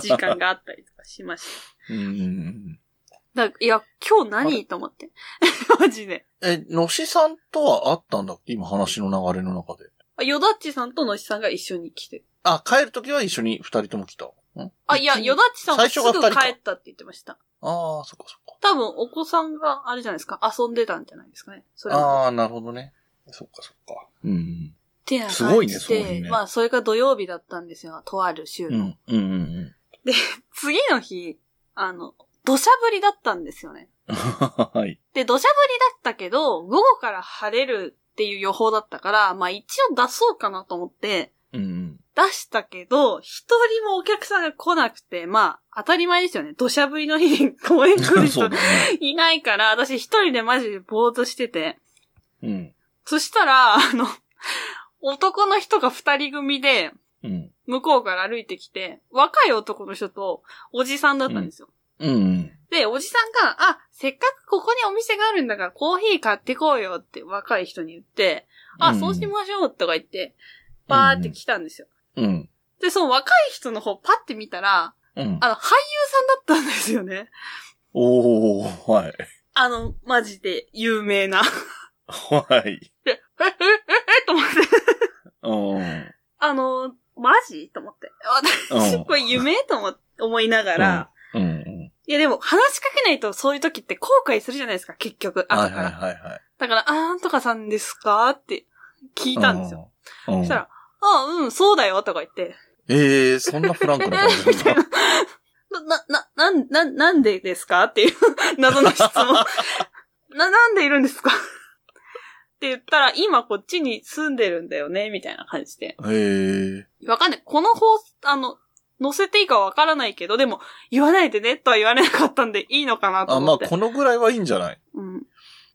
[SPEAKER 2] 時間があったりとかしまし
[SPEAKER 1] うん。うんうんうん。
[SPEAKER 2] た。だいや、今日
[SPEAKER 1] あ
[SPEAKER 2] 何と思って。 マジで。
[SPEAKER 1] え、のしさんとは会ったんだっけ今話の流れの中で。
[SPEAKER 2] あよだっちさんとのしさんが一緒に来て。
[SPEAKER 1] あ、帰るときは一緒に二人とも来た。ん
[SPEAKER 2] あ、いや、よだっちさんは
[SPEAKER 1] 最
[SPEAKER 2] す
[SPEAKER 1] 初
[SPEAKER 2] ぐ
[SPEAKER 1] が二人か
[SPEAKER 2] 帰ったって言ってました。
[SPEAKER 1] ああ、そっかそっか。
[SPEAKER 2] 多分、お子さんが、あれじゃないですか、遊んでたんじゃないですかね。それは。
[SPEAKER 1] ああ、なるほどね。そっかそっか。うん。
[SPEAKER 2] てな感じ
[SPEAKER 1] すごいねその
[SPEAKER 2] で、
[SPEAKER 1] 日ね
[SPEAKER 2] まあ、それが土曜日だったんですよ。とある週
[SPEAKER 1] う
[SPEAKER 2] の。
[SPEAKER 1] ん。うんうん
[SPEAKER 2] 次の日、あの、土砂降りだったんですよね。
[SPEAKER 1] うん。 はい。
[SPEAKER 2] で、土砂降りだったけど、午後から晴れるっていう予報だったから、まあ一応出そうかなと思って、
[SPEAKER 1] うんうん。
[SPEAKER 2] 出したけど、一人もお客さんが来なくて、まあ当たり前ですよね。土砂降りの日に公園 来る人
[SPEAKER 1] そうだね。
[SPEAKER 2] いないから、私一人でマジでぼーっとしてて。
[SPEAKER 1] うん。
[SPEAKER 2] そしたら、あの、男の人が二人組で、
[SPEAKER 1] うん。
[SPEAKER 2] 向こうから歩いてきて、若い男の人とおじさんだったんですよ。
[SPEAKER 1] うんうん。
[SPEAKER 2] で、おじさんが、あ、せっかくここにお店があるんだからコーヒー買ってこうよって若い人に言って、あ、
[SPEAKER 1] ん
[SPEAKER 2] そうしましょうとか言って、バーって来たんですよ。
[SPEAKER 1] うん。
[SPEAKER 2] で、その若い人の方パッて見たら、
[SPEAKER 1] うん。
[SPEAKER 2] あの、俳優さんだったんですよね。
[SPEAKER 1] おおはい。
[SPEAKER 2] あの、マジで有名な。
[SPEAKER 1] はい。
[SPEAKER 2] で、え、え、え、え、と思って。
[SPEAKER 1] うん。
[SPEAKER 2] あの、マジと思って。私、これ夢と思思いながら。
[SPEAKER 1] うん。
[SPEAKER 2] いやでも、話しかけないとそういう時って後悔するじゃないですか、結局。後から。
[SPEAKER 1] はいはいはいはい。
[SPEAKER 2] だから、あーなんとかさんですかって聞いたんですよ。
[SPEAKER 1] うん。うん
[SPEAKER 2] そしたら、あうん、そうだよ、とか言って。
[SPEAKER 1] ええそんなフランクな感じなん だ
[SPEAKER 2] な、な、な、なん、な、なんでですかっていう謎の質問。 な、なんでいるんですかって言ったら、今こっちに住んでるんだよね、みたいな感じで。
[SPEAKER 1] ええ
[SPEAKER 2] わかんない。この方、あの、載せていいかわからないけど、でも、言わないでね、とは言われなかったんでいいのかなと
[SPEAKER 1] あ、
[SPEAKER 2] 思
[SPEAKER 1] ま
[SPEAKER 2] っ
[SPEAKER 1] あ、
[SPEAKER 2] て。
[SPEAKER 1] このぐらいはいいんじゃない
[SPEAKER 2] うん。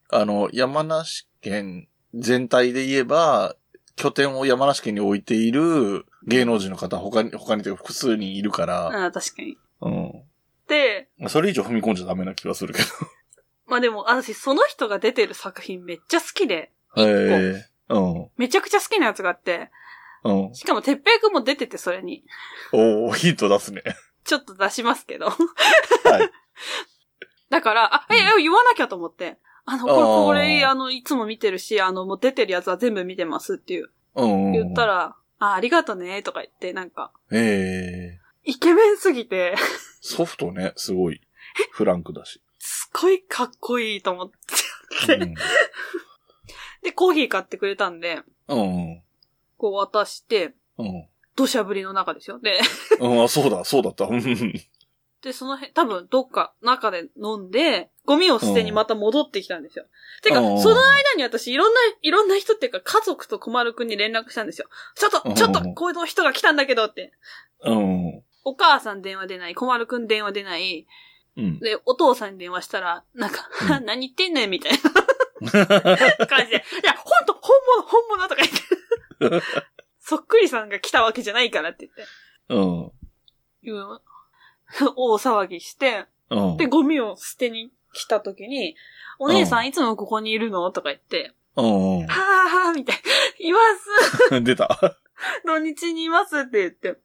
[SPEAKER 1] あの、山梨県全体で言えば、拠点を山梨県に置いている芸能人の方、他に、他にというか複数人いるから、
[SPEAKER 2] あー確かに。
[SPEAKER 1] うん。
[SPEAKER 2] で、
[SPEAKER 1] まあそれ以上踏み込んじゃダメな気がするけ
[SPEAKER 2] まあでも、私、その人が出てる作品めっちゃ好きで、
[SPEAKER 1] ど。ええうん。
[SPEAKER 2] めちゃくちゃ好きなやつがあって、
[SPEAKER 1] うん。
[SPEAKER 2] しかも、てっぺいくんも出てて、それに。
[SPEAKER 1] おおヒント出すね。
[SPEAKER 2] ちょっと出しますけど。
[SPEAKER 1] はい。
[SPEAKER 2] だから、あ、え、え、言わなきゃと思って。あの、これ、
[SPEAKER 1] あー
[SPEAKER 2] これ、あの、いつも見てるし、あの、もう出てるやつは全部見てますっていう。
[SPEAKER 1] うん。
[SPEAKER 2] 言った。ら、あ、ありがとね、とか言って、なんか、
[SPEAKER 1] ええ
[SPEAKER 2] イケメンすぎて、
[SPEAKER 1] ソフトね、すごい。フランクだし。
[SPEAKER 2] すごいかっこいいと思って。
[SPEAKER 1] うん。
[SPEAKER 2] で、コーヒー買ってくれたんで、
[SPEAKER 1] うん。
[SPEAKER 2] こう渡して、
[SPEAKER 1] うん。
[SPEAKER 2] 土砂降りの中ですよ。で、
[SPEAKER 1] うん、あ、そうだ、そうだった。うん
[SPEAKER 2] で、その辺、多分どっか中で飲んで、ゴミを捨てにまた戻ってきたんですよ。てか、そ
[SPEAKER 1] うん
[SPEAKER 2] の間に私、いろんな、いろんな人っていうか、家族と小丸くんに連絡したんですよ。ちょっ
[SPEAKER 1] う
[SPEAKER 2] と、
[SPEAKER 1] ん
[SPEAKER 2] ちょっと、こういう人が来たんだけどって。
[SPEAKER 1] うん。
[SPEAKER 2] お母さん電話出ない、小丸くん電話出ない、
[SPEAKER 1] うん。
[SPEAKER 2] で、お父さんに電話したら、なんか、
[SPEAKER 1] う
[SPEAKER 2] 何言ってんねんみたいな感じで、いや、ほんと、本物、本物とか言 って、そっくりさんが来たわけじゃないからって言って、
[SPEAKER 1] うん。
[SPEAKER 2] 言うの大騒ぎして、
[SPEAKER 1] うん。
[SPEAKER 2] で、ゴミを捨てに来た時に、お姉さ
[SPEAKER 1] うん
[SPEAKER 2] んいつもここにいるのとか言って、
[SPEAKER 1] う
[SPEAKER 2] は
[SPEAKER 1] ん
[SPEAKER 2] ぁはぁ、みたいな。います
[SPEAKER 1] うん。 出た。
[SPEAKER 2] 土日にいますって言って。
[SPEAKER 1] うん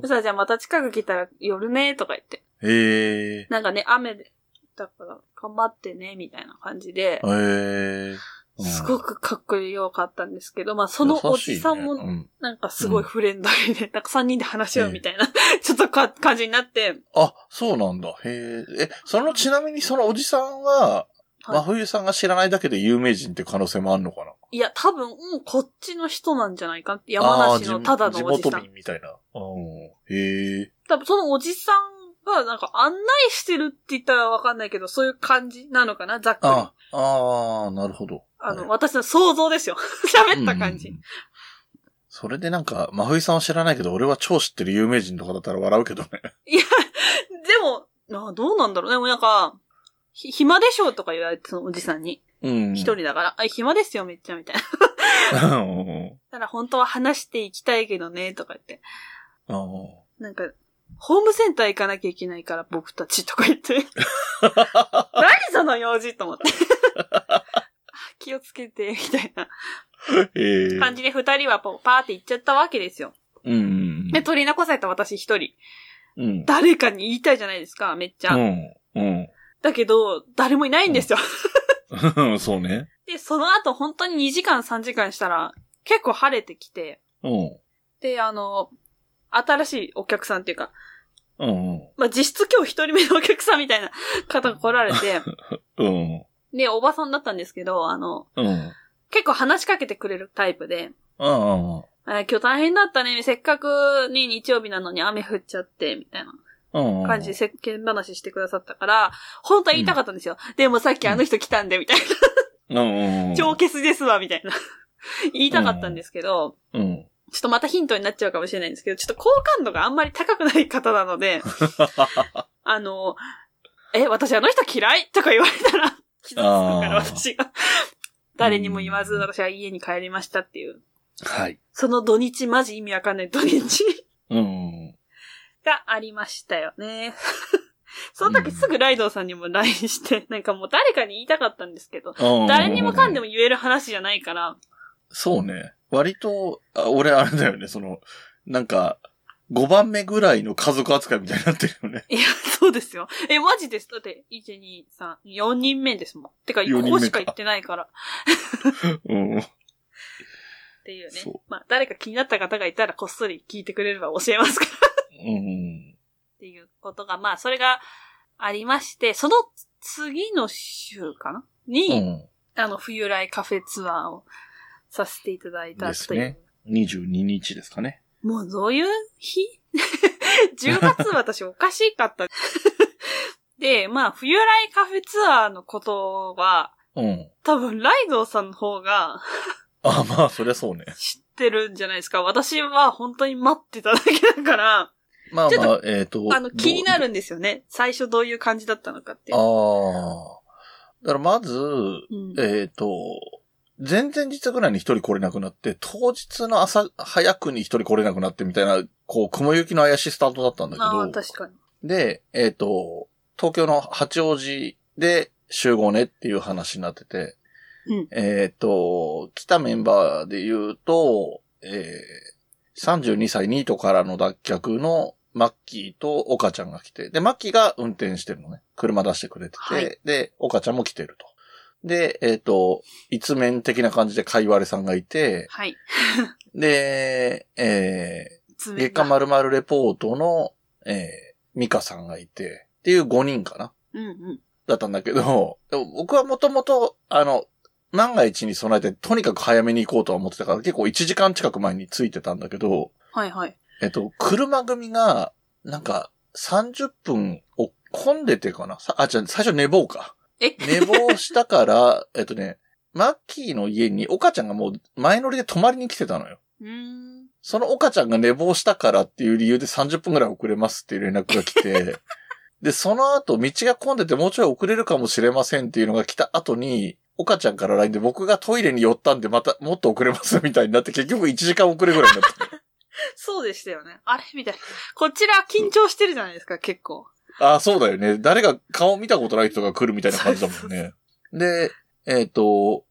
[SPEAKER 2] そ。したらじゃあまた近く来たら寄るね、とか言って。
[SPEAKER 1] へえ。
[SPEAKER 2] なんかね、雨で、だから頑張ってね、みたいな感じで、
[SPEAKER 1] へえ。
[SPEAKER 2] すご
[SPEAKER 1] く、
[SPEAKER 2] くかっこよかったんですけど、まあそのおじさん
[SPEAKER 1] 優しい
[SPEAKER 2] も、
[SPEAKER 1] ねうん
[SPEAKER 2] なんかすごいフレンドリーで、なんか3人で話し合うみたいな、 ちょっとか感じになって、
[SPEAKER 1] あ、そうなんだ。へえ。え、その、ちなみにそのおじさんは、
[SPEAKER 2] はい
[SPEAKER 1] 真冬さんが知らないだけで有名人って可能性もあるのかない
[SPEAKER 2] や、多分、うんこっちの人なんじゃないかって、山梨のただのおじ
[SPEAKER 1] あー地
[SPEAKER 2] さ
[SPEAKER 1] 元
[SPEAKER 2] ん
[SPEAKER 1] 民。みたいな。うん。へえ。
[SPEAKER 2] 多分そのおじさんがなんか案内してるって言ったらわかんないけど、そういう感じなのかな、ざっくり。
[SPEAKER 1] あ
[SPEAKER 2] あ、
[SPEAKER 1] あー、なるほど。
[SPEAKER 2] の、私の想像ですよ。 喋った感じ。
[SPEAKER 1] うんうんうんそれでなんか、真冬さんは知らないけど、俺は超知ってる有名人とかだったら笑うけどね。
[SPEAKER 2] いや、でも、あどうなんだろうね。でもなんか、ひ暇でしょうとか言われて、そのおじさんに。
[SPEAKER 1] うん。
[SPEAKER 2] 一、人だから、あ、暇ですよ、めっちゃ、みたいな。
[SPEAKER 1] うんうんうん。
[SPEAKER 2] ただ本当は話していきたいけどね、とか言って。
[SPEAKER 1] あー
[SPEAKER 2] なんか、ホームセンター行かなきゃいけないから、僕たちとか言って。 何その用事と思って。 気をつけて、みたいな。
[SPEAKER 1] ええ
[SPEAKER 2] 感じで二人はこうパーって行っちゃったわけですよ。
[SPEAKER 1] うんうん
[SPEAKER 2] で、取り残された私一人。
[SPEAKER 1] うん。うん。
[SPEAKER 2] 誰かに言いたいじゃないですか、めっちゃ。
[SPEAKER 1] うん。うん。
[SPEAKER 2] だけど、誰もいないんですよ。
[SPEAKER 1] うん そうね。
[SPEAKER 2] で、その後本当に2時間3時間したら、結構晴れてきて、
[SPEAKER 1] うん。
[SPEAKER 2] で、あの、新しいお客さんっていうか、
[SPEAKER 1] うん。
[SPEAKER 2] まあ、実質今日一人目のお客さんみたいな 方が来られ て、
[SPEAKER 1] うん。
[SPEAKER 2] で、おばさんだったんですけど、あの、
[SPEAKER 1] うん。
[SPEAKER 2] 結構話しかけてくれるタイプで、
[SPEAKER 1] うん。
[SPEAKER 2] あ今日大変だったね、せっかくに日曜日なのに雨降っちゃって、みたいな。
[SPEAKER 1] うん。
[SPEAKER 2] 感じで世間話してくださったから、本当は言いたかったんですよ。でもさっきあの人来たんで、みたい
[SPEAKER 1] うん。うん
[SPEAKER 2] な。超消すですわ、みたいな。 言いたかったんですけど、
[SPEAKER 1] うん。
[SPEAKER 2] ちょっとまたヒントになっちゃうかもしれないんですけど、ちょっと好感度があんまり高くない方なの で、あの、え、私あの人嫌いとか言われたら、傷つくから
[SPEAKER 1] あー
[SPEAKER 2] 私が。誰にも言わず、私は家に帰りましたっていう。
[SPEAKER 1] はい。
[SPEAKER 2] その土日、マジ意味わかんない土日
[SPEAKER 1] うん。
[SPEAKER 2] がありましたよ ね。その時すぐライドウさんにも LINE して、なんかもう誰かに言いたかったんですけど、誰にもかんで
[SPEAKER 1] も。
[SPEAKER 2] も言える話じゃないから、
[SPEAKER 1] そうね。割と、あ俺あれだよね、その、なんか、5番目ぐらいの家族扱いみたいになってるよね。
[SPEAKER 2] いや、そうですよ。え、マジです。だって、1、2、3、4人目ですもん。てか、
[SPEAKER 1] 四人
[SPEAKER 2] こ
[SPEAKER 1] 目か
[SPEAKER 2] こしか行ってないからっ
[SPEAKER 1] うん。
[SPEAKER 2] ていうね
[SPEAKER 1] そう。
[SPEAKER 2] まあ、誰か気になった方がいたらこっそり聞いてくれれば教えますからっ
[SPEAKER 1] うん。
[SPEAKER 2] ていうことが、まあ、それがありまして、その次の週かな
[SPEAKER 1] う
[SPEAKER 2] に、
[SPEAKER 1] ん。
[SPEAKER 2] あの、冬来カフェツアーをさせていただいた
[SPEAKER 1] で
[SPEAKER 2] と
[SPEAKER 1] す
[SPEAKER 2] いう。
[SPEAKER 1] ね22日ですかね。
[SPEAKER 2] もうどういう日 ?10 月私おかしかった。 で、まあ、冬来カフェツアーのことは、
[SPEAKER 1] うん。
[SPEAKER 2] 多分ライドウさんの方が
[SPEAKER 1] あ、まあ、そりゃそうね。
[SPEAKER 2] 知ってるんじゃないですか。私は本当に待ってただけだから、
[SPEAKER 1] まあ
[SPEAKER 2] ちょっ
[SPEAKER 1] まあ、えっと。
[SPEAKER 2] あの、気になるんですよね。最初どういう感じだったのかって。
[SPEAKER 1] ああ。だからまず、
[SPEAKER 2] うん、
[SPEAKER 1] えっ、と、前々日ぐらいに一人来れなくなって、当日の朝早くに一人来れなくなってみたいな、こう、雲行きの怪しいスタートだったんだ
[SPEAKER 2] ああ、
[SPEAKER 1] けど、
[SPEAKER 2] 確かに。
[SPEAKER 1] で、えっ、と、東京の八王子で集合ねっていう話になってて、
[SPEAKER 2] うん
[SPEAKER 1] えっ、と、来たメンバーで言うと、えー、32歳ニートからの脱却のマッキーと岡ちゃんが来て、で、マッキーが運転してるのね。車出してくれてて、
[SPEAKER 2] はい
[SPEAKER 1] で、岡ちゃんも来てると。で、えっ、と、一面的な感じでかいわれさんがいて、
[SPEAKER 2] はい。
[SPEAKER 1] で、えー、
[SPEAKER 2] 爪が
[SPEAKER 1] 月刊〇〇レポートの、えー、ミカさんがいて、っていう5人かな
[SPEAKER 2] うんうん。
[SPEAKER 1] だったんだけど、でも僕はもともと、あの、万が一に備えて、とにかく早めに行こうとは思ってたから、結構1時間近く前に着いてたんだけど、
[SPEAKER 2] はいはい。
[SPEAKER 1] えっと、車組が、なんか、 30分を混んでてかなさあ、じゃあ最初寝坊か。
[SPEAKER 2] え
[SPEAKER 1] 寝坊したから、えっとね、マッキーの家に岡ちゃんがもう前乗りで泊まりに来てたのよ。
[SPEAKER 2] うーん。
[SPEAKER 1] その岡ちゃんが寝坊したからっていう理由で30分ぐらい遅れますっていう連絡が来て、で、その後道が混んでてもうちょい遅れるかもしれませんっていうのが来た後に、岡ちゃんから LINE で僕がトイレに寄ったんでまたもっと遅れますみたいになって結局1時間遅れぐらいになった。
[SPEAKER 2] そうでしたよね。あれみたいな。こちら緊張してるじゃないですか、結構。
[SPEAKER 1] ああ、そうだよね。誰が顔見たことない人が来るみたいな感じだもんね。で、えっ、と、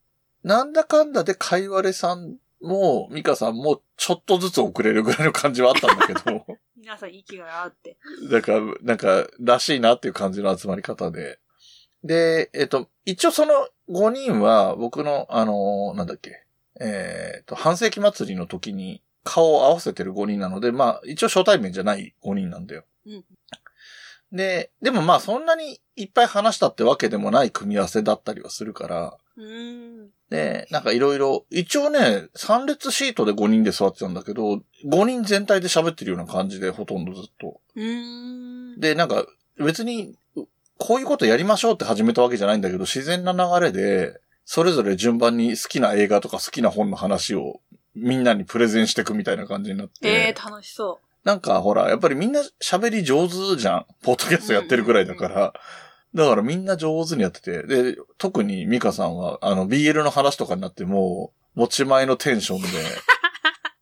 [SPEAKER 1] なんだかんだでかいわれさんも、ミカさんも、ちょっとずつ遅れるぐらいの感じはあったんだけど、
[SPEAKER 2] 皆さん息があって。
[SPEAKER 1] なんか、なんか、らしいなっていう感じの集まり方で。で、えっ、と、一応その5人は、僕の、あのなんだっけ、えっ、と、半世紀祭りの時に顔を合わせてる5人なので、まあ、一応初対面じゃない5人なんだよ。
[SPEAKER 2] うん
[SPEAKER 1] で、でもまあ、そんなにいっぱい話したってわけでもない組み合わせだったりはするから、
[SPEAKER 2] うーん。
[SPEAKER 1] で、なんかいろいろ、一応ね、3列シートで5人で座ってたんだけど、5人全体で喋ってるような感じで、ほとんどずっと。
[SPEAKER 2] うーん。
[SPEAKER 1] で、なんか、別に、うこういうことやりましょうって始めたわけじゃないんだけど、自然な流れで、それぞれ順番に好きな映画とか好きな本の話をみんなにプレゼンしていくみたいな感じになって。
[SPEAKER 2] ええー、楽しそ
[SPEAKER 1] なんかほら、やっぱりみんな喋り上手じゃん。ポッドキャストやってるくらいだから。だからみんな上手にやってて。で、特にミカさんは、あの、BL の話とかになっても、持ち前のテ ンションで、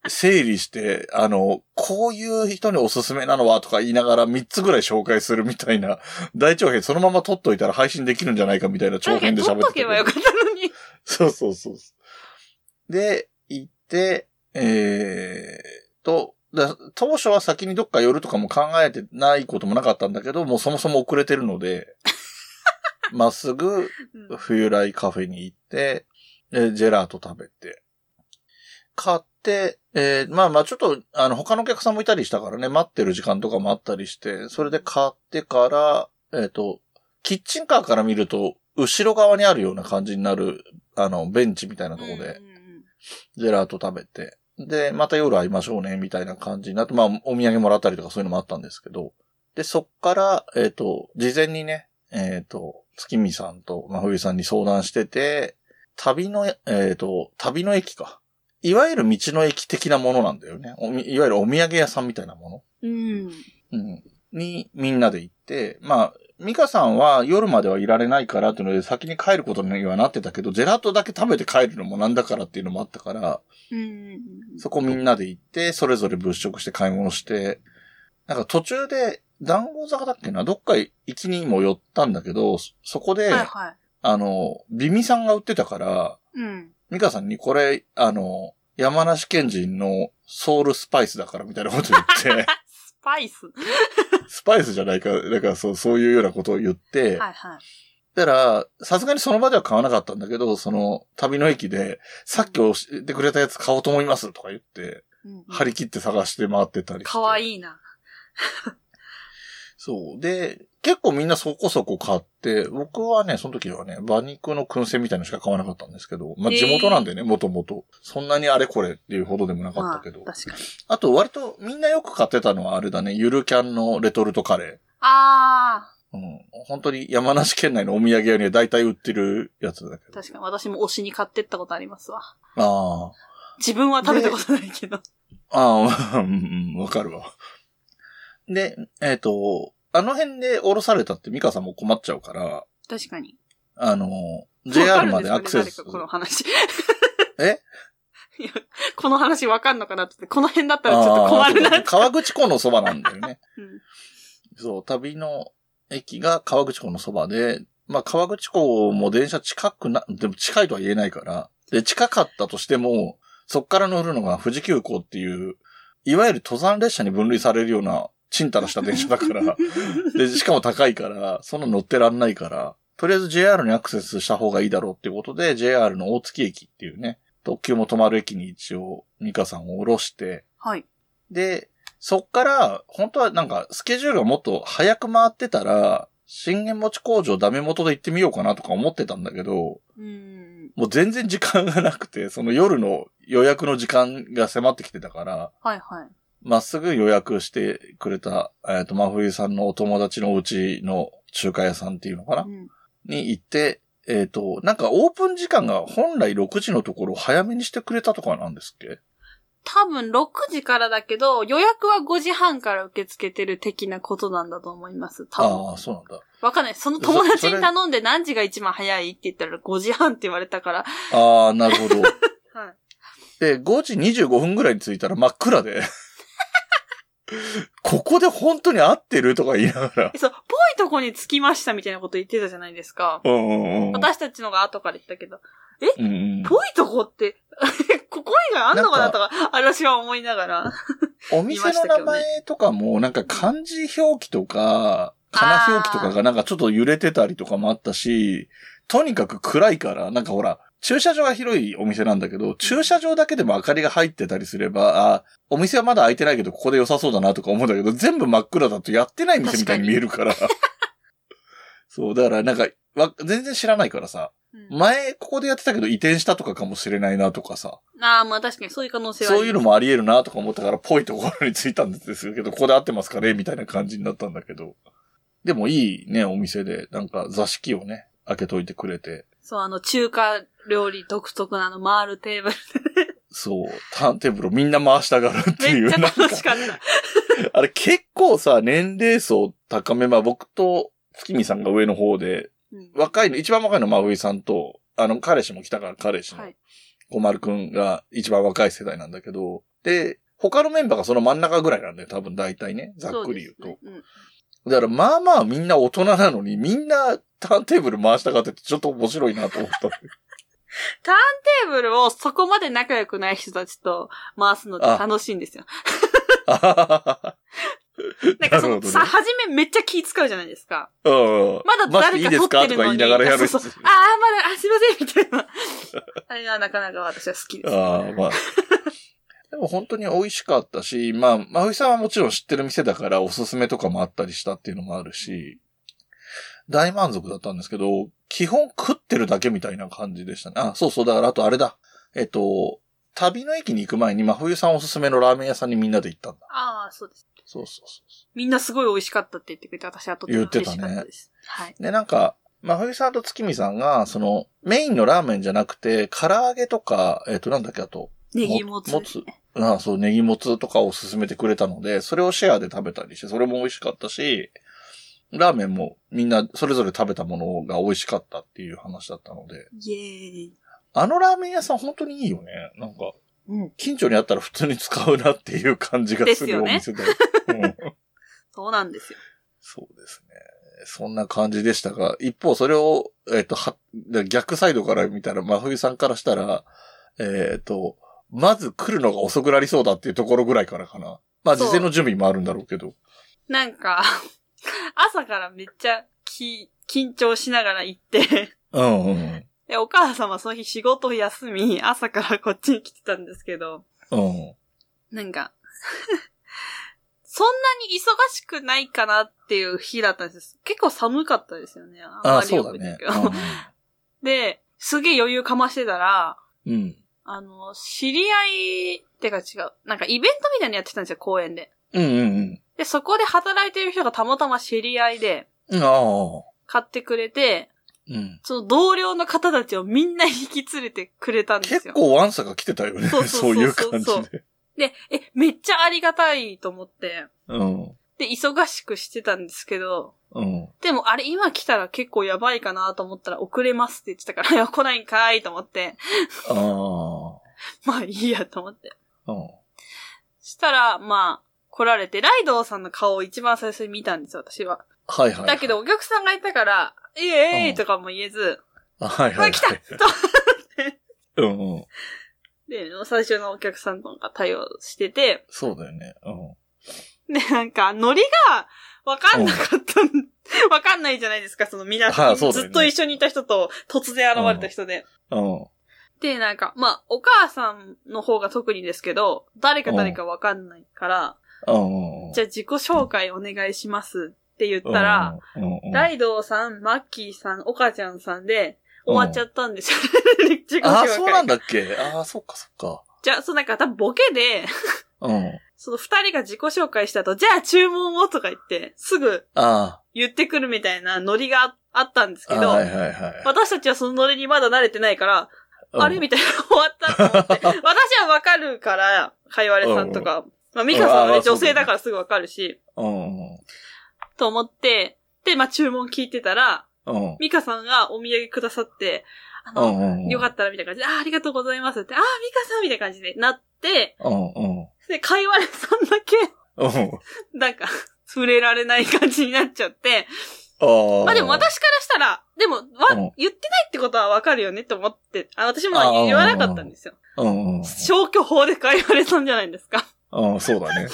[SPEAKER 1] 整理して、あの、こういう人におすすめなのはとか言いながら3つぐらい紹介するみたいな、大長編そのまま撮っといたら配信できるんじゃないかみたいな
[SPEAKER 2] う。な
[SPEAKER 1] 長
[SPEAKER 2] んか
[SPEAKER 1] 編で喋って
[SPEAKER 2] 取っとけばよかったのに。
[SPEAKER 1] そうそうそうそう。で、行って、えー、と、だ当初は先にどっか寄るとかも考えてないこともなかったんだけど、もうそもそも遅れてるので、まっすぐ
[SPEAKER 2] うん
[SPEAKER 1] 冬来カフェに行って、でジェラート食べて、買って、えーまあまあちょっと、あの、他のお客さんもいたりしたからね、待ってる時間とかもあったりして、それで買ってから、えっ、と、キッチンカーから見ると、後ろ側にあるような感じになる、あの、ベンチみたいなとこで
[SPEAKER 2] う、んうんうん
[SPEAKER 1] ジェラート食べて、で、また夜会いましょうね、みたいな感じになって、まあ、お土産もらったりとかそういうのもあったんですけど、で、そっから、えっ、と、事前にね、えっ、と、月見さんと真冬さんに相談してて、旅の、えっ、と、旅の駅か。いわゆる道の駅的なものなんだよね。おみいわゆるお土産屋さんみたいなも
[SPEAKER 2] うん。
[SPEAKER 1] の、うん、にみんなで行って、まあ、ミカさんは夜まではいられないからっていうので先に帰ることにはなってたけど、ジェラートだけ食べて帰るのもなんだからっていうのもあったから、
[SPEAKER 2] うん。
[SPEAKER 1] そこみんなで行って、それぞれ物色して買い物して、なんか途中で、団子坂だっけな、どっか行きにも寄ったんだけど、そそこで、
[SPEAKER 2] はいは
[SPEAKER 1] あの、ビミさんが売ってたから、
[SPEAKER 2] い。うん。
[SPEAKER 1] ミカさんにこれ、あの、山梨県人のソウルスパイスだからみたいなこと 言って、
[SPEAKER 2] スパイス。は
[SPEAKER 1] スパイスじゃないか、だからそう、そういうようなことを言って、
[SPEAKER 2] いはい。
[SPEAKER 1] だから、さすがにその場では買わなかったんだけど、その、旅の駅で、さっき教えてくれたやつ買おうと思いますとか言って、
[SPEAKER 2] うんうん
[SPEAKER 1] 張り切って探して回ってたりして。
[SPEAKER 2] かわいいな。
[SPEAKER 1] そう。で、結構みんなそこそこ買って、僕はね、その時はね、馬肉の燻製みたいなのしか買わなかったんですけど、まあ
[SPEAKER 2] へー
[SPEAKER 1] 地元なんでね、もともと。そんなにあれこれっていうほどでもなか
[SPEAKER 2] ま
[SPEAKER 1] った
[SPEAKER 2] あ、
[SPEAKER 1] けど。
[SPEAKER 2] 確かに。
[SPEAKER 1] あと割とみんなよく買ってたのはあれだね、ゆるキャンのレトルトカレ
[SPEAKER 2] あ
[SPEAKER 1] ー。うん。本当に山梨県内のお土産屋には大体売ってるやつだけ
[SPEAKER 2] ー、
[SPEAKER 1] ど。
[SPEAKER 2] 確かに。私も推しに買ってったことありますわ。
[SPEAKER 1] ああ。
[SPEAKER 2] 自分は食べたことないけど。
[SPEAKER 1] あ あ、うんうん、わかるわ。で、えっ、と、あの辺で降ろされたってミカさんも困っちゃうから、
[SPEAKER 2] 確かに。
[SPEAKER 1] あの、JR までア
[SPEAKER 2] わかるん
[SPEAKER 1] ク
[SPEAKER 2] すか
[SPEAKER 1] セ
[SPEAKER 2] ね
[SPEAKER 1] ス
[SPEAKER 2] 誰か。この話。
[SPEAKER 1] え
[SPEAKER 2] いや、この話わかんのかなって、この辺だったらちょっと困るな
[SPEAKER 1] あー
[SPEAKER 2] って。
[SPEAKER 1] 川口湖のそばなんだよね。
[SPEAKER 2] うん
[SPEAKER 1] そう、旅の駅が川口湖のそばで、まあ川口湖も電車近くな、でも近いとは言えないから、で、近かったとしても、そっから乗るのが富士急行っていう、いわゆる登山列車に分類されるような、ちんたらした電車 だから、 で、しかも高いから、そんな乗ってらんないから、とりあえず JR にアクセスした方がいいだろうっていうことで、JR の大月駅っていうね、特急も止まる駅に一応、ミカさんを降ろして、
[SPEAKER 2] はい。
[SPEAKER 1] で、そっから、本当はなんか、スケジュールがもっと早く回ってたら、信玄餅工場ダメ元で行ってみようかなとか思ってたんだけど、
[SPEAKER 2] うん。
[SPEAKER 1] もう全然時間がなくて、その夜の予約の時間が迫ってきてたから、
[SPEAKER 2] はいはい。
[SPEAKER 1] まっすぐ予約してくれた、えっ、と、真冬さんのお友達のうちの中華屋さんっていうのかな
[SPEAKER 2] うん
[SPEAKER 1] に行って、えっ、と、なんかオープン時間が本来6時のところを早めにしてくれたとかなんですっけ
[SPEAKER 2] 多分6時からだけど、予約は5時半から受け付けてる的なことなんだと思います。多分。
[SPEAKER 1] ああ、そうなんだ。
[SPEAKER 2] わかんない。その友達
[SPEAKER 1] そそれ
[SPEAKER 2] に頼んで何時が一番早いって言ったら5時半って言われたから。
[SPEAKER 1] ああ、なるほど。
[SPEAKER 2] はい。
[SPEAKER 1] で、5時25分ぐらいに着いたら真っ暗で、 ここで本当に合ってるとか言いながら。
[SPEAKER 2] えそう、ぽいとこに着きましたみたいなこと言ってたじゃないですか。
[SPEAKER 1] うんうんうん。
[SPEAKER 2] 私たちのが後から言ったけど、
[SPEAKER 1] うんうん
[SPEAKER 2] ぽいとこって、 ここ以外あんのかなとか、私は思いながら。
[SPEAKER 1] お店の名前とかも、なんか漢字表記とか、かな表記とかがなんかちょっと揺れてたりとかもあったし、とにかく暗いから、なんかほら、駐車場が広いお店なんだけど、駐車場だけでも明かりが入ってたりすれば、あ、お店はまだ開いてないけど、ここで良さそうだなとか思うんだけど、全部真っ暗だとやってない店みたいに見えるから。 そう、だからなんか、わ全然知らないからさ、
[SPEAKER 2] うん
[SPEAKER 1] 前ここでやってたけど移転したとかかもしれないなとかさ、
[SPEAKER 2] ああ、まあ確かにそういう可能性はあり
[SPEAKER 1] そういうのもあり得るなとか思ったから、ぽいところに着いたんですけど、ここで合ってますかねみたいな感じになったんだけど。でもいいね、お店で、なんか座敷をね、開けといてくれて。
[SPEAKER 2] そう、あの、中華料理独特なあの、回るテーブル。
[SPEAKER 1] そう、ターンテーブルをみんな回したがるっていう。
[SPEAKER 2] めっちゃ
[SPEAKER 1] なんか
[SPEAKER 2] 楽しかった。
[SPEAKER 1] あれ結構さ、年齢層高め、まあ僕と月見さんが上の方で、
[SPEAKER 2] うん
[SPEAKER 1] 若いの、一番若いのは真上さんと、あの、彼氏も来たから彼氏の
[SPEAKER 2] はい。
[SPEAKER 1] 小丸くんが一番若い世代なんだけど、で、他のメンバーがその真ん中ぐらいなんだよ、多分大体ね、ざっくり言うと。
[SPEAKER 2] そうですね
[SPEAKER 1] だからまあまあみんな大人なのに、みんなターンテーブル回したがっててちょっと面白いなと思った。
[SPEAKER 2] うんテーブルをそこまで仲良くない人たちと回すのって楽しいん ですよ。
[SPEAKER 1] あははは
[SPEAKER 2] なんかそ の、
[SPEAKER 1] なるほどね
[SPEAKER 2] さ、初めめっちゃ気使うじゃないですか。
[SPEAKER 1] うん。
[SPEAKER 2] まだ誰か撮ってるの
[SPEAKER 1] マスクいいですかとか言い
[SPEAKER 2] に。
[SPEAKER 1] ながらやる
[SPEAKER 2] そう そうああ、まだ、あ、すいません、みたいな。あれはなかなか私は好きです。
[SPEAKER 1] ああ、まあ。でも本当に美味しかったし、まあ、まふいさんはもちろん知ってる店だからおすすめとかもあったりしたっていうのもあるし、大満足だったんですけど、基本食ってるだけみたいな感じでしたね。あ、そうそう、だからあとあれだ。えっと、旅の駅に行く前に真冬さんおすすめのラーメン屋さんにみんなで行ったんだ。
[SPEAKER 2] ああ、そうです。
[SPEAKER 1] そうそうそう。
[SPEAKER 2] みんなすごい美味しかったって言ってくれて、私はとても嬉しかったです。はい。
[SPEAKER 1] で、なんか、まふいさんと月見さんが、その、メインのラーメンじゃなくて、唐揚げとか、えっ、と、なんだっけ、あと、
[SPEAKER 2] ネギもつ。
[SPEAKER 1] もつああそう、ネギもつとかを勧めてくれたので、それをシェアで食べたりして、それも美味しかったし、ラーメンもみんなそれぞれ食べたものが美味しかったっていう話だったので、
[SPEAKER 2] イエーイ。
[SPEAKER 1] あのラーメン屋さん本当にいいよね。なんか、
[SPEAKER 2] うん。
[SPEAKER 1] 近所にあったら普通に使うなっていう感じが
[SPEAKER 2] ですす
[SPEAKER 1] る
[SPEAKER 2] よ
[SPEAKER 1] お
[SPEAKER 2] ね
[SPEAKER 1] 店で。うん
[SPEAKER 2] そうなんですよ。
[SPEAKER 1] そうですね。そんな感じでしたが、一方それを、えっ、と、は、逆サイドから見たら、真冬さんからしたら、えっ、と、まず来るのが遅くなりそうだっていうところぐらいからかな。まあ、
[SPEAKER 2] そう
[SPEAKER 1] 事前の準備もあるんだろうけど。
[SPEAKER 2] なんか、 朝からめっちゃき緊張しながら行って、
[SPEAKER 1] うんうん。
[SPEAKER 2] で、お母様その日仕事休み、朝からこっちに来てたんですけど、
[SPEAKER 1] うん。
[SPEAKER 2] なんか、そんなに忙しくないかなっていう日だったんです。結構寒かったですよね。あん
[SPEAKER 1] あ
[SPEAKER 2] ま
[SPEAKER 1] あ、
[SPEAKER 2] り
[SPEAKER 1] そ
[SPEAKER 2] よ
[SPEAKER 1] うだ
[SPEAKER 2] くない
[SPEAKER 1] ね
[SPEAKER 2] けど。。で、すげえ余裕かましてたら、
[SPEAKER 1] うん。うん
[SPEAKER 2] あの、知り合い、ってか違う。なんかイベントみたいにやってたんですよ、公園で。
[SPEAKER 1] うんうん
[SPEAKER 2] で、そこで働いてる人がたまたま知り合いで、
[SPEAKER 1] うん。ああ。
[SPEAKER 2] 買ってくれて、
[SPEAKER 1] うん。
[SPEAKER 2] その同僚の方たちをみんな引き連れてくれたんです
[SPEAKER 1] 結
[SPEAKER 2] よ。
[SPEAKER 1] 構ワンサが来てたよね。
[SPEAKER 2] そう
[SPEAKER 1] そ
[SPEAKER 2] そうう
[SPEAKER 1] い
[SPEAKER 2] そううそう
[SPEAKER 1] 感じで。
[SPEAKER 2] で、え、めっちゃありがたいと思って、
[SPEAKER 1] うん。
[SPEAKER 2] で、忙しくしてたんですけど、
[SPEAKER 1] うん。
[SPEAKER 2] でもあれ今来たら結構やばいかなと思ったら遅れますって言ってたから、い や、来ないんかいと思って、
[SPEAKER 1] ああ。
[SPEAKER 2] まあいいやと思って。
[SPEAKER 1] うん。
[SPEAKER 2] したら、まあ、来られて、ライドウさんの顔を一番最初に見たんですよ、私は。
[SPEAKER 1] はいはい。
[SPEAKER 2] だけど、、お客さんがいたから、イエーイとかも言えず、
[SPEAKER 1] はいはい。
[SPEAKER 2] あ来た
[SPEAKER 1] うんうん。
[SPEAKER 2] で、最初のお客さんとか対応してて、
[SPEAKER 1] そうだよね。うん。
[SPEAKER 2] で、なんか、ノリが、わかんなかったん、 わかんないじゃないですか、そのみんな、
[SPEAKER 1] はいそうだよ
[SPEAKER 2] ず
[SPEAKER 1] ね
[SPEAKER 2] っと一緒にいた人と、突然現れた人で。
[SPEAKER 1] うん。
[SPEAKER 2] で、なんか、まあ、お母さんの方が特にですけど、誰か誰かわかんないから、
[SPEAKER 1] うんうん。
[SPEAKER 2] じゃあ自己紹介お願いしますって言ったら、
[SPEAKER 1] うんうんうん、
[SPEAKER 2] ライドウさん、マッキーさん、オカちゃんさんで、終わっちゃったんですよ。 自己紹介。
[SPEAKER 1] ああ、そうなんだっけああ、そっかそっか。
[SPEAKER 2] じゃあ、そうなんか多分ボケで、
[SPEAKER 1] うん。
[SPEAKER 2] その二人が自己紹介した後、じゃあ注文をとか言って、すぐ
[SPEAKER 1] あ
[SPEAKER 2] 言ってくるみたいなノリがああったんです
[SPEAKER 1] あ。
[SPEAKER 2] けど、
[SPEAKER 1] はいはいはい。
[SPEAKER 2] 私たちはそのノリにまだ慣れてないから、あれ
[SPEAKER 1] うん
[SPEAKER 2] みたいな、終わったと思って。私はわかるから、かいわれさんとか、まあ、ミカさんは
[SPEAKER 1] あ
[SPEAKER 2] ね、
[SPEAKER 1] ー
[SPEAKER 2] 女
[SPEAKER 1] そうだね
[SPEAKER 2] 性だからすぐわかるし、
[SPEAKER 1] うん。
[SPEAKER 2] と思って、で、まあ、注文聞いてたら、
[SPEAKER 1] うん。
[SPEAKER 2] ミカさんがお土産くださって、あ
[SPEAKER 1] う
[SPEAKER 2] の、
[SPEAKER 1] ん。
[SPEAKER 2] よか
[SPEAKER 1] っ
[SPEAKER 2] ったらみたいな感じで、あー、ありがとうございますって、あー、ミカさんみたいな感じでなって、
[SPEAKER 1] た。うんうん。
[SPEAKER 2] で、かいわれさんだけ、
[SPEAKER 1] うん。
[SPEAKER 2] なんか、触れられない感じになっちゃって、
[SPEAKER 1] ああ。
[SPEAKER 2] まあでも私からしたら、でも、わ
[SPEAKER 1] うん、
[SPEAKER 2] 言ってないってことはわかるよねって思って、あ私も言わなかったんですよ。
[SPEAKER 1] うんうん。
[SPEAKER 2] 消去法でかいわれさんじゃないですか。
[SPEAKER 1] うん、そうだね。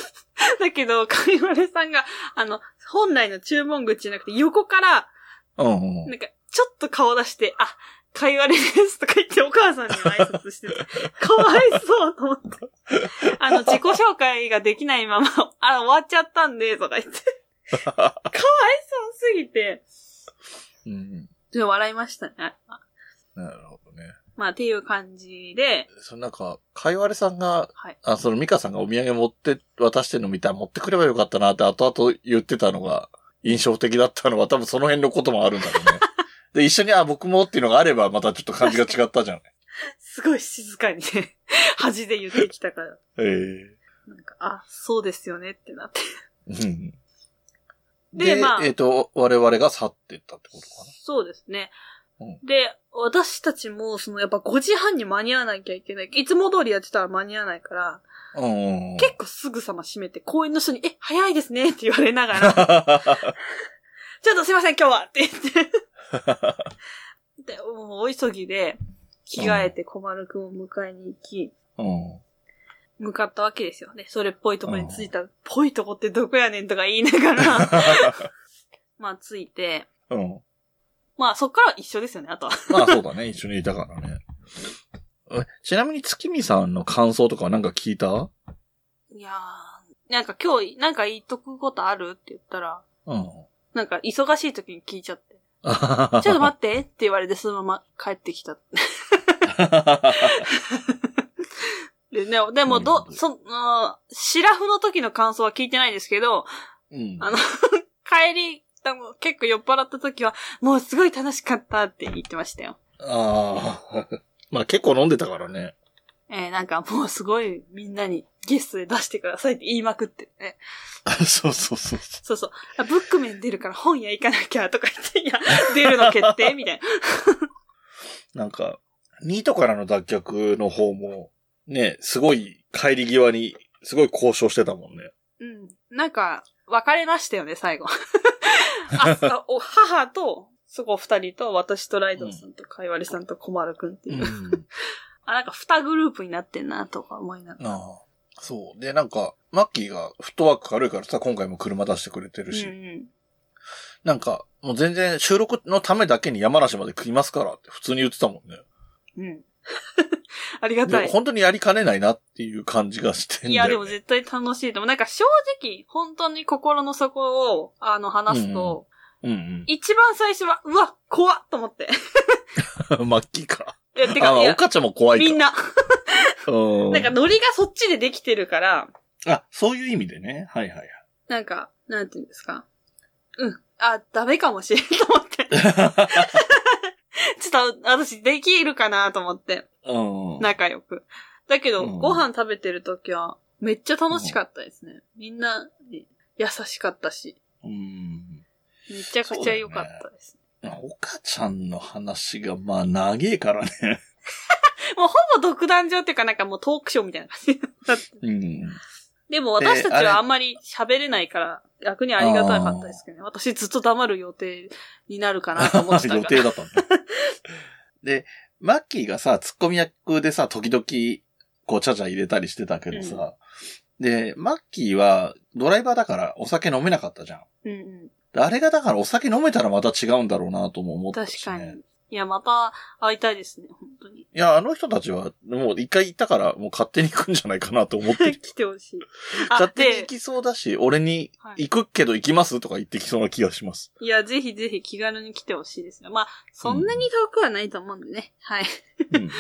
[SPEAKER 2] だけど、かいわれさんが、あの、本来の注文口じゃなくて、横から、
[SPEAKER 1] うんうん。
[SPEAKER 2] なんか、ちょっと顔出して、あ、かいわれですとか言ってお母さんに挨拶して て、かわいそうと思って。あの、自己紹介ができないまま、 あ、終わっちゃったんで、とか言って。 かわいそうすぎて、
[SPEAKER 1] うん。
[SPEAKER 2] ちょっと笑いましたね。
[SPEAKER 1] なるほどね。
[SPEAKER 2] まあ、っていう感じで、
[SPEAKER 1] そのなんか、かいわれさんが、
[SPEAKER 2] はい
[SPEAKER 1] あ、そのミカさんがお土産持って、渡してるの見たら持ってくればよかったなって後々言ってたのが印象的だったのは多分その辺のこともあるんだろう ね。で、一緒に、あ、僕もっていうのがあればまたちょっと感じが違ったじ ゃない。
[SPEAKER 2] すごい静かにね、 恥で言ってきたから、
[SPEAKER 1] え
[SPEAKER 2] なんか、あ、そうですよねってなって。
[SPEAKER 1] えうん
[SPEAKER 2] で
[SPEAKER 1] で、
[SPEAKER 2] まあ
[SPEAKER 1] えっ、と、我々が去ってったってことか
[SPEAKER 2] そうですね。
[SPEAKER 1] うん
[SPEAKER 2] で、私たちも、その、やっぱ5時半に間に合わなきゃいけない。いつも通りやってたら間に合わないから、
[SPEAKER 1] な。うんうんうん。
[SPEAKER 2] 結構すぐさま閉めて、公園の人に、え、早いですねって言われながら、 ちょっとすいません、今日はって言って。で、もう、お急ぎで、着替えて小丸くんを迎えに行き、
[SPEAKER 1] うん。
[SPEAKER 2] 向かったわけですよね。それっぽいとこに着いた、ぽいとこってどこやねんとか言いなが ら、まあ着いて、
[SPEAKER 1] うん。
[SPEAKER 2] まあそっからは一緒ですよね、あとは。
[SPEAKER 1] まあそうだね、一緒にいたからね。えちなみに月見さんの感想とかはなんか聞いた
[SPEAKER 2] いやー、なんか今日、なんか言っとくことあるって言ったら、
[SPEAKER 1] うん。
[SPEAKER 2] なんか忙しい時に聞いちゃ って、
[SPEAKER 1] ちょ
[SPEAKER 2] ちょっと待ってって言われてそのまま帰ってきた。でね、でもど、
[SPEAKER 1] うん
[SPEAKER 2] その、シラフの時の感想は聞いてないですけど、
[SPEAKER 1] うん
[SPEAKER 2] あの、帰り、あの結構酔っ払った時は、もうすごい楽しかったって言ってましたよ。
[SPEAKER 1] ああ。まあ結構飲んでたからね。
[SPEAKER 2] えー、なんかもうすごいみんなにゲストで出してくださいって言いまくってね。
[SPEAKER 1] そうそうそう。
[SPEAKER 2] そうそう。あブックメン出るから本屋行かなきゃとか言って、いや、出るの決定みたいな。
[SPEAKER 1] なんか、ニートからの脱却の方も、ね、すごい帰り際に、すごい交渉してたもんね。
[SPEAKER 2] うん。なんか、別れましたよね、 最後。ああお母と、そこ二人と、私とライドさんと、かいわれさんと、小丸くんっていう。
[SPEAKER 1] ん。
[SPEAKER 2] あ、なんか二グループになってんな、とか思いながら。
[SPEAKER 1] あ あ。そう。で、なんか、マッキーがフットワーク軽いからさ、今回も車出してくれて
[SPEAKER 2] う
[SPEAKER 1] る
[SPEAKER 2] ん
[SPEAKER 1] し、
[SPEAKER 2] うん。
[SPEAKER 1] なんか、もう全然収録のためだけに山梨まで来ますからって普通に言ってたもんね。
[SPEAKER 2] うん。 ありがた
[SPEAKER 1] で
[SPEAKER 2] い。
[SPEAKER 1] 本当にやりかねないなっていう感じがしてんだよ、ね。
[SPEAKER 2] いや、でも絶対楽しいと思う。なんか正直、本当に心の底を、あの、話すと、
[SPEAKER 1] うん
[SPEAKER 2] 一番最初は、うわ、怖っと思 って。
[SPEAKER 1] うん。 マッキーか。
[SPEAKER 2] いや、て
[SPEAKER 1] あ、
[SPEAKER 2] か、い
[SPEAKER 1] まあ、
[SPEAKER 2] や
[SPEAKER 1] おかちゃんも怖いか。
[SPEAKER 2] みんな、
[SPEAKER 1] うん。
[SPEAKER 2] なんかノリがそっちでできてるから、
[SPEAKER 1] あ、そういう意味でね。はいはい
[SPEAKER 2] なんか、なんていうんですか。うん。あ、ダメかもしれんと思って。 ちょっと、私、できるかなと思って。
[SPEAKER 1] はい。うん。
[SPEAKER 2] 仲良く。だけど、
[SPEAKER 1] うん
[SPEAKER 2] ご飯食べてるときは、めっちゃ楽しかったですね。みんなに優しかったし、
[SPEAKER 1] うん。
[SPEAKER 2] めちゃくちゃ良かったです、
[SPEAKER 1] おかちゃんの話が、まあ、長えからね。
[SPEAKER 2] もうほぼ独壇場っていうかなんかもうトークショーみたいな感じになって
[SPEAKER 1] うん。
[SPEAKER 2] でも私たち
[SPEAKER 1] であ
[SPEAKER 2] は
[SPEAKER 1] れ
[SPEAKER 2] あんまり喋れないから、逆にありがたかったですけどね。私ずっと黙る予定になる かなと思ってた
[SPEAKER 1] 予
[SPEAKER 2] から。
[SPEAKER 1] 定だった んだ。で、マッキーがさ、ツッコミ役でさ、時々、こう、ちゃちゃ入れたりしてたけどさ、で、マッキーは、ドライバーだからお酒飲めなかったじゃん。
[SPEAKER 2] うんう
[SPEAKER 1] であれがだからお酒飲めたらまた違うんだろうなとも思っ
[SPEAKER 2] ん。
[SPEAKER 1] た
[SPEAKER 2] 確
[SPEAKER 1] し、
[SPEAKER 2] か
[SPEAKER 1] ね。
[SPEAKER 2] に。いや、また会いたいですね、本当に。
[SPEAKER 1] いや、あの人たちは、もう一回行ったから、もう勝手に行くんじゃないかなと思ってる。
[SPEAKER 2] 来てほしい。 あ、
[SPEAKER 1] 勝手に行
[SPEAKER 2] で、
[SPEAKER 1] きそうだし、俺に行くけど行きますとか言ってきそうな気がします。
[SPEAKER 2] いや、ぜひぜひ気軽に来てほしいですね。まあ、そんなに遠くはないと思うんでね。はい。
[SPEAKER 1] うん。
[SPEAKER 2] い